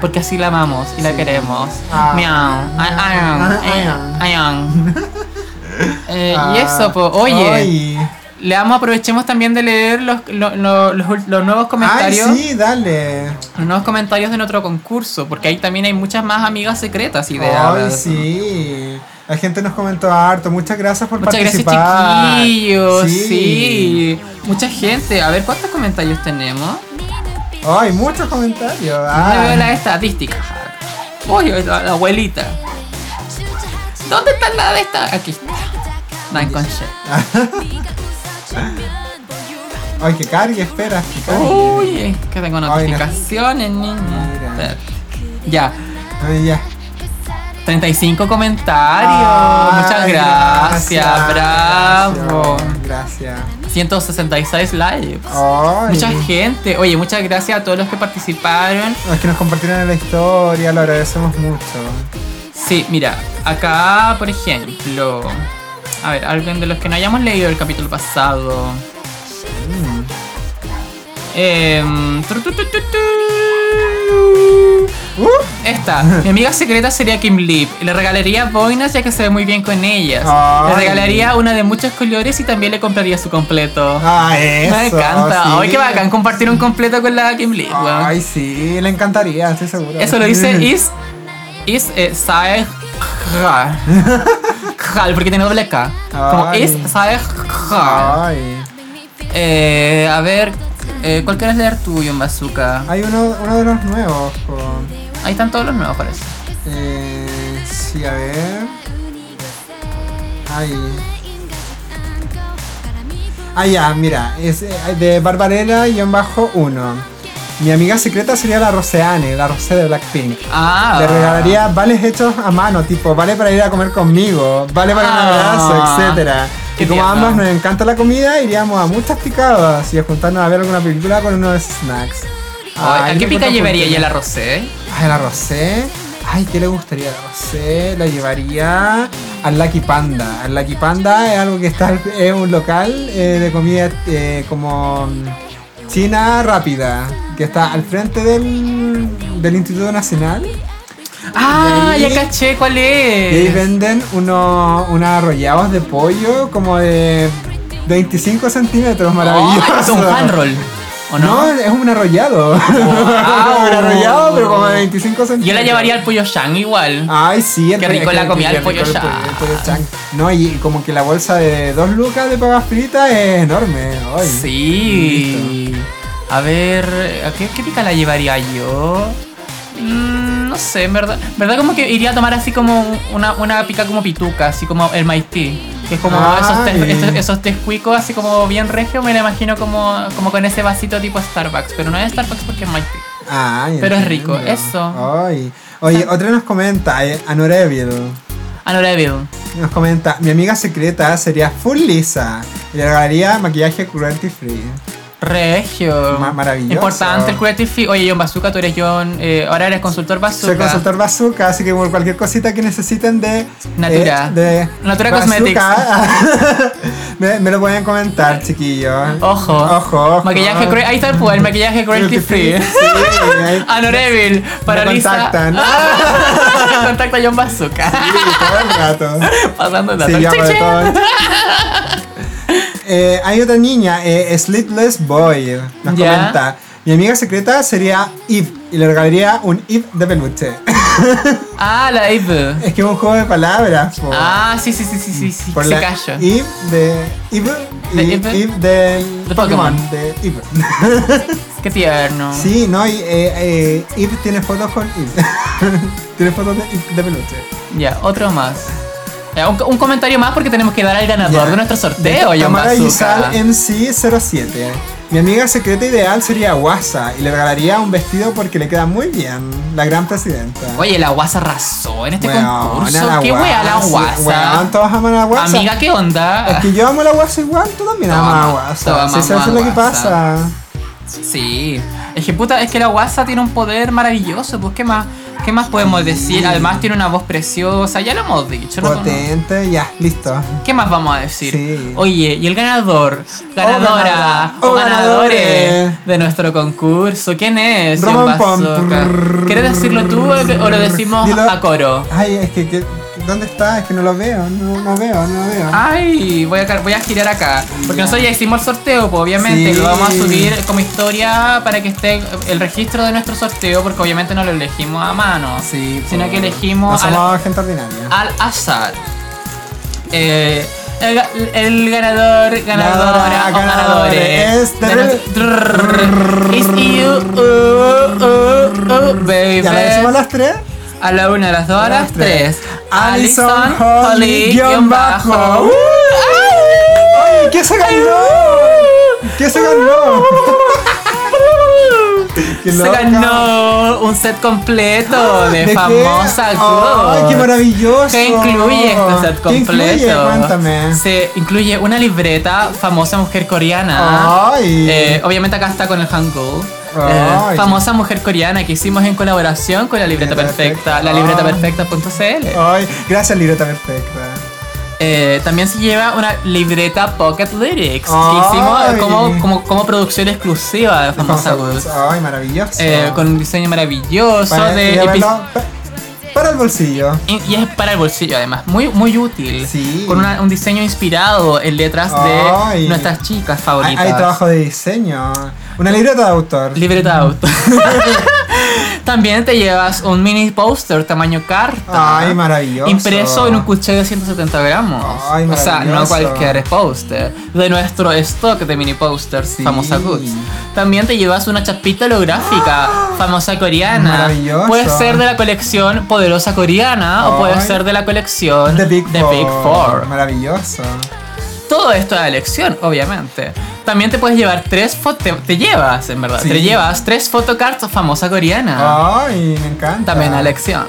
Porque así la amamos y la queremos. Ah. Miau. Ay, ay, ay, Ah. ay, (laughs) ay. Eh, y eso, pues, pues oye, le damos, aprovechemos también de leer los, lo- lo- los ul- los nuevos Ay, comentarios. sí, dale. Los nuevos comentarios de nuestro concurso, porque ahí también hay muchas más amigas secretas Ay, ideadas. sí. La gente nos comentó harto. Muchas gracias por Muchas participar. gracias, chiquillos. Sí. Mucha gente. A ver, ¿cuántos comentarios tenemos? Ay, muchos comentarios. Ah. Yo veo las Ay. estadísticas. Oye, la, la abuelita. ¿Dónde está la de esta? Aquí. Dan con shit. (laughs) Ay, que cargue, espera. que cargue. Uy, que tengo no. notificaciones, niña. Mira. Espérate. Ya. Ay, ya. 35 comentarios. Muchas Ay, gracias. Bravo. Gracias. 166 likes. Ay. Mucha gente. Oye, muchas gracias a todos los que participaron. Los que nos compartieron en la historia, lo agradecemos mucho. Sí, mira, acá, por ejemplo. A ver, alguien de los que no hayamos leído el capítulo pasado. Mm. Em, tru, tru, tru, tru, tru. Uh. Esta, (laughs) mi amiga secreta sería Kim Lip. Le regalaría boinas ya que se ve muy bien con ellas. Le Ay. regalaría una de muchos colores y también le compraría su completo. Ah, eso. Me encanta. sí. Ay, qué bacán compartir un completo con la Kim Lip, weón. Ay, sí, le encantaría, estoy seguro. Eso lo dice (laughs) Is. Is eh, Sae Kral. Kral, porque tiene doble K. Como Ay. Is Sae Kral. Ay. Eh, a ver, eh, ¿cuál quieres leer tú, Yon Bazooka? Hay uno, uno de los nuevos. po. Ahí están todos los nuevos, parece. Eh, sí, a ver. Ay. Ah, ya, mira. Es eh, de Barbarella-1. Mi amiga secreta sería la Roseane, la Rosé de Blackpink. Ah. Le regalaría vales hechos a mano, tipo, vale para ir a comer conmigo, vale para un Ah. abrazo, etcétera. Qué Y como a tierno. ambas nos encanta la comida, iríamos a muchas picadas y a juntarnos a ver alguna película con unos snacks. Ay, ¿A Ay, qué me pica encuentro llevaría oportuno. ya la Rosé? Ay, la Rosé. Ay, ¿qué le gustaría a la Rosé? La llevaría al Lucky Panda. Al Lucky Panda es algo que está es un local eh, de comida eh, como mm, china rápida, que está al frente del, del Instituto Nacional. Ah, ahí- ya caché, ¿cuál Y ahí es? venden unos unos arrollados de pollo como de 25 centímetros, Ay, Oh, es maravilloso. un hand roll. ¿O no? es un arrollado. (laughs) un arrollado, pero como de 25 centímetros. Yo la llevaría al Puyo Shang igual. Ay, sí, el Qué pollo- rico es que la comida qué del pollo rico el chang. el pollo chang. No, y como que la bolsa de dos lucas de papas fritas es enorme. Ay, Sí. A ver, ¿a qué, qué pica la llevaría yo? Mm, no sé, en verdad. en ¿Verdad como que iría a tomar así como una, una pica como pituca, así como el maití? Que es como esos Ay. tés, esos, esos tés cuicos así como bien regio, me la imagino como, como con ese vasito tipo Starbucks. Pero no es Starbucks porque es maití. Ay, Pero es entiendo. rico, eso. Ay. Oye, otra nos comenta, eh, Anoreville. Ah, no la he visto. Nos comenta, mi amiga secreta sería full lisa. Y le regalaría maquillaje cruelty free. Regio. Ma- maravilloso. Importante el cruelty free. Oye, John Bazooka, tú eres John. eh, ahora eres consultor Bazooka. Soy consultor bazooka, así que por cualquier cosita que necesiten de. Natura. eh, de Natura Bazooka, (laughs) me, me lo pueden comentar, chiquillos. Ojo. Ojo. ojo. Maquillaje cruel. Ahí está el poder, maquillaje cruelty free. Ah, Sí, (laughs) ahí- Anorevil, para Me Lisa. contactan. (laughs) Ah, contacta a John Bazooka. sí, todo el rato. Pasando el Sí, dato. ya Ching, para ching. todo. Eh, hay otra niña, eh, Sleepless Boy, eh, nos Ya. comenta. Mi amiga secreta sería Eve y le regalaría un Eve de peluche. (laughs) Ah, la Eve. es que es un juego de palabras. po. Ah, sí, sí, sí, sí, sí, sí. Oh. Por Se la cayó. Eve de Eve, De y Eve. Eve del De Pokémon. Pokémon. Ah. de Eve. Qué tierno. sí, no, y eh, eh, Eve tiene fotos con Eve. (laughs) tiene fotos de Eve de peluche. Ya, otro más. Ya, un, un comentario más porque tenemos que dar al ganador Ya. de nuestro sorteo, John Tamara Bazooka. Yuzal MC07. Mi amiga secreta ideal sería Guasa y le regalaría un vestido porque le queda muy bien. La gran presidenta. Oye, la guasa arrasó en este Weona, concurso. la Qué wea la guasa. Weón, todos aman a la guasa. Amiga, ¿qué onda? Es que yo amo la guasa igual, tú también Todos amas a la ama- guasa. todos Sí, eso amamos es a lo que guasa. pasa. Sí. Es que puta, es que la guasa tiene un poder maravilloso, pues qué más, qué más podemos decir. Además tiene una voz preciosa, ya lo hemos dicho, ¿no? Potente, ya, listo. ¿Qué más vamos a decir? Sí. Oye, y el ganador, ganadora O ganadora, o, o ganadores. ganadores de nuestro concurso, ¿quién es? Roman John Bazooka? Pom. ¿Quieres decirlo tú o o lo decimos Dilo. a coro? Ay, es que, que- ¿dónde está? Es que no lo veo, no, no veo, no lo veo. Ah, Ay, voy a, ca- voy a girar acá. Porque nosotros ya hicimos el sorteo, pues obviamente Sí. lo vamos a subir como historia para que esté el registro de nuestro sorteo, porque obviamente no lo elegimos a mano, Sí, pues, sino po. que elegimos No Ah, al- somos gente ordinaria. al azar. Eh, el, ga- el ganador, ganadora Ganadora, o ganadores ganadores es- de nuestro- Is you, uh, uh, uh, baby. ¿Ya la decimos las tres? A la una, a las dos, a las tres. Alison Alison Holly, guión bajo. bajo. ¡Ay, qué se ganó! ¿Qué se ganó? Qué Se loca. Ah, ganó un set completo de, ¿De qué? famosa ¡Ay, Good. qué maravilloso! ¿Qué incluye este set ¿Qué completo? incluye? Cuéntame. Se incluye una libreta famosa mujer coreana. Ay. Eh, obviamente acá está con el Hangul. Eh, Ay. famosa mujer coreana que hicimos en colaboración con la libreta Libreta perfecta, Perfecta. la libreta perfecta.cl. Ay, gracias, libreta perfecta. Eh, también se lleva una libreta Pocket Lyrics Ay. que hicimos como, como, como producción exclusiva de Famosa Good. Ay, maravilloso. Eh, con un diseño maravilloso para, de y epi- verlo- pa- para el bolsillo. Y y es para el bolsillo además, muy, muy útil. Sí. Con una- un diseño inspirado en letras Ay. de nuestras chicas Hay, favoritas. hay trabajo de diseño. Una libreta de autor. Libreta de (laughs) auto. También te llevas un mini póster tamaño carta. Ay, maravilloso. Impreso en un cuchillo de 170 gramos. Ay, o sea, no maravilloso. cualquier póster. De nuestro stock de mini posters, Sí. famosa Goods. También te llevas una chapita holográfica, famosa coreana. ¡Ah! Maravilloso. Puede ser de la colección Poderosa Coreana o Ay. puede ser de la colección The Big, The Four. Big Four. Maravilloso. Todo esto a elección, obviamente. También te puedes llevar tres fotos. Te, te llevas, en verdad. Sí. Te llevas tres photocards famosa coreana. Ay, me encanta. Ah. También a elección.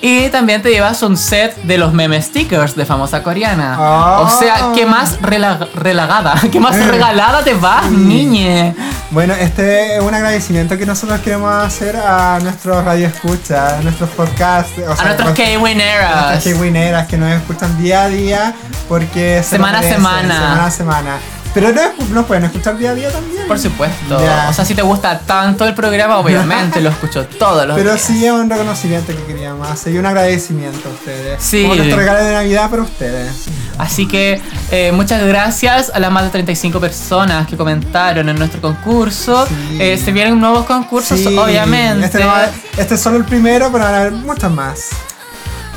Y también te llevas un set de los meme stickers de famosa coreana. Ah. Eh. O sea, ¿qué más rela- relagada? (laughs) ¿Qué más regalada te vas, niñe? Bueno, este es un agradecimiento que nosotros queremos hacer a nuestros radioescuchas, a nuestros podcasts, o A sea, nuestros pues, a K-Wineras. nuestras wineras que nos escuchan día a día porque se lo Semana a merecen, semana. semana a semana. Pero no, escu- nos pueden escuchar día a día también. Por supuesto. Ya. O sea, si te gusta tanto el programa, obviamente lo escucho todos los Pero días. sí es un reconocimiento que queríamos hacer y un agradecimiento a ustedes. Sí. Como nuestro regalo de Navidad para ustedes. Así que eh, muchas gracias a las más de 35 personas que comentaron en nuestro concurso. Sí. Eh, se vienen nuevos concursos, Sí, obviamente. Este, no va a- este es solo el primero, pero van a haber muchos más.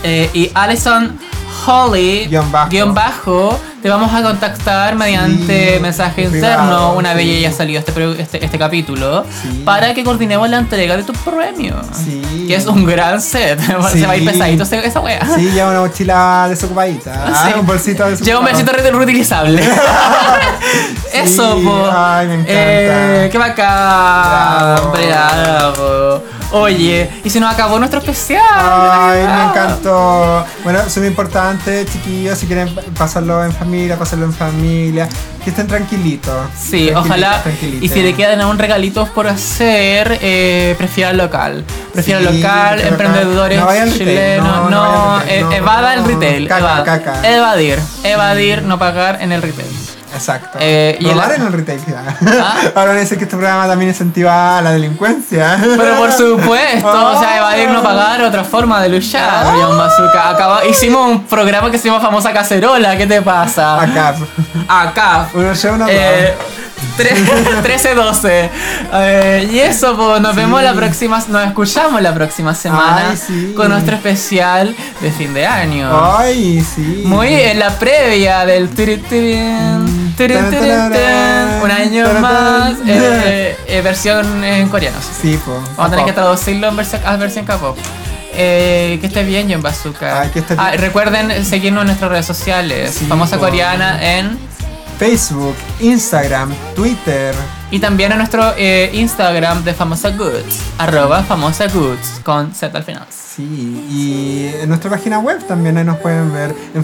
Eh, y Alison Holly, Guión bajo. bajo, te vamos a contactar mediante Sí, mensaje privado, interno una sí. vez ya haya salido este, pro- este, este capítulo Sí. para que coordinemos la entrega de tu premio. Sí. Que es un gran set. (laughs) Sí. Se va a ir pesadito ese- esa wea. (laughs) Sí, lleva una mochila desocupadita. Ah, Sí. un bolsito desocupadito. Lleva un besito re- reutilizable. (laughs) Eso, Sí, po. ay, me encanta. Eh, qué bacán. Bravo. Bravo. Oye, y se nos acabó nuestro especial. Ay, me Ah. encantó. Bueno, es muy importante, chiquillos, si quieren pasarlo en familia, pasarlo en familia. Que estén tranquilitos. Sí, Tranquilitos, ojalá. tranquilitos. Y si le quedan aún regalitos por hacer, eh, prefiera el local. Prefiera el Sí, local, prefiera local. emprendedores No vaya al retail, no, chilenos. No, no vaya al retail, eh, no, evada no. el retail. Caca, evada. caca. Evadir. Evadir, no pagar en el retail. Exacto. Eh, y Robar el- en el retail. ya. Ah. (laughs) Ahora van a decir que este programa también incentiva a la delincuencia. Ah. Pero (laughs) por supuesto, o sea, evadir no pagar, otra forma de luchar, John Bazooka. Acaba- hicimos un programa que se llama Famosa Cacerola, ¿qué te pasa? Acá. Acá. Uno lleva una Eh, (laughs) tre- 13-12. Eh, y eso, po, nos vemos la próxima, nos escuchamos la próxima semana Ay, sí. con nuestro especial de fin de año. Ay, sí. Muy en la previa del tiri tirin, tirin, tirin, tirin, un año más, (laughs) eh, eh, versión en coreano. Sí, po. Vamos a tener que Ojo. traducirlo en versión, a versión K-pop. Eh, que esté bien, John Bazooka. Ay, que esté bien. Ah, recuerden seguirnos en nuestras redes sociales. Sí, famosa po. coreana en Facebook, Instagram, Twitter, Y también a nuestro eh, Instagram de Famosa Goods, arroba Famosa Goods, con Z al final. Sí, y en nuestra página web también ahí nos pueden ver en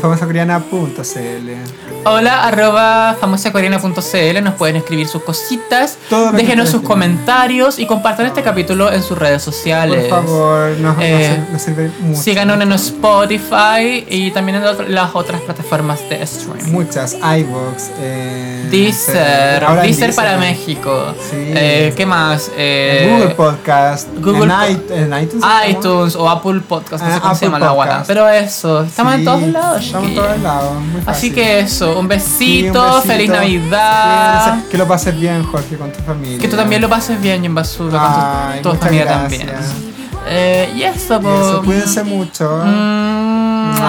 famosacoreana.cl. Hola, arroba famosacoreana.cl, nos pueden escribir sus cositas, Todo lo que déjenos ustedes sus quieran. comentarios y compartan este capítulo en sus redes sociales. Por favor, nos, nos Eh, sir- nos sirve mucho. Síganos en Spotify y también en otro- las otras plataformas de streaming. Muchas, iVoox, eh, Deezer, ahora en Deezer para Deezer. México. Sí. Eh, ¿Qué más? Eh, Google Podcast, Google en, Po- Ah, i- en iTunes, ¿no? iTunes o Apple Podcast, no Ah, sé cómo se Apple llama la guata. Podcast. Pero eso, estamos en Sí, todos lados. Estamos en chiquillos. todos lados. muy Así fácil. que eso, un Sí, besito, un besito. feliz Navidad. Cuídense. Que lo pases bien, Jorge, con tu familia. Que tú también lo pases bien, en basura, Ay, con tu, tu muchas familia gracias. también. Eh, y eso, Y eso, pues. po. cuídense mucho. Mm, ah.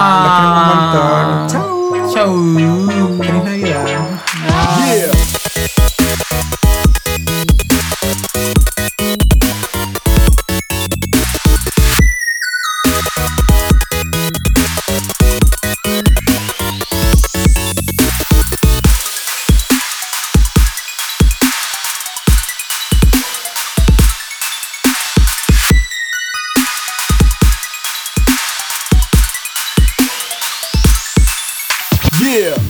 Los queremos un montón. Chau. Chau. Feliz Navidad. Yeah. Yeah.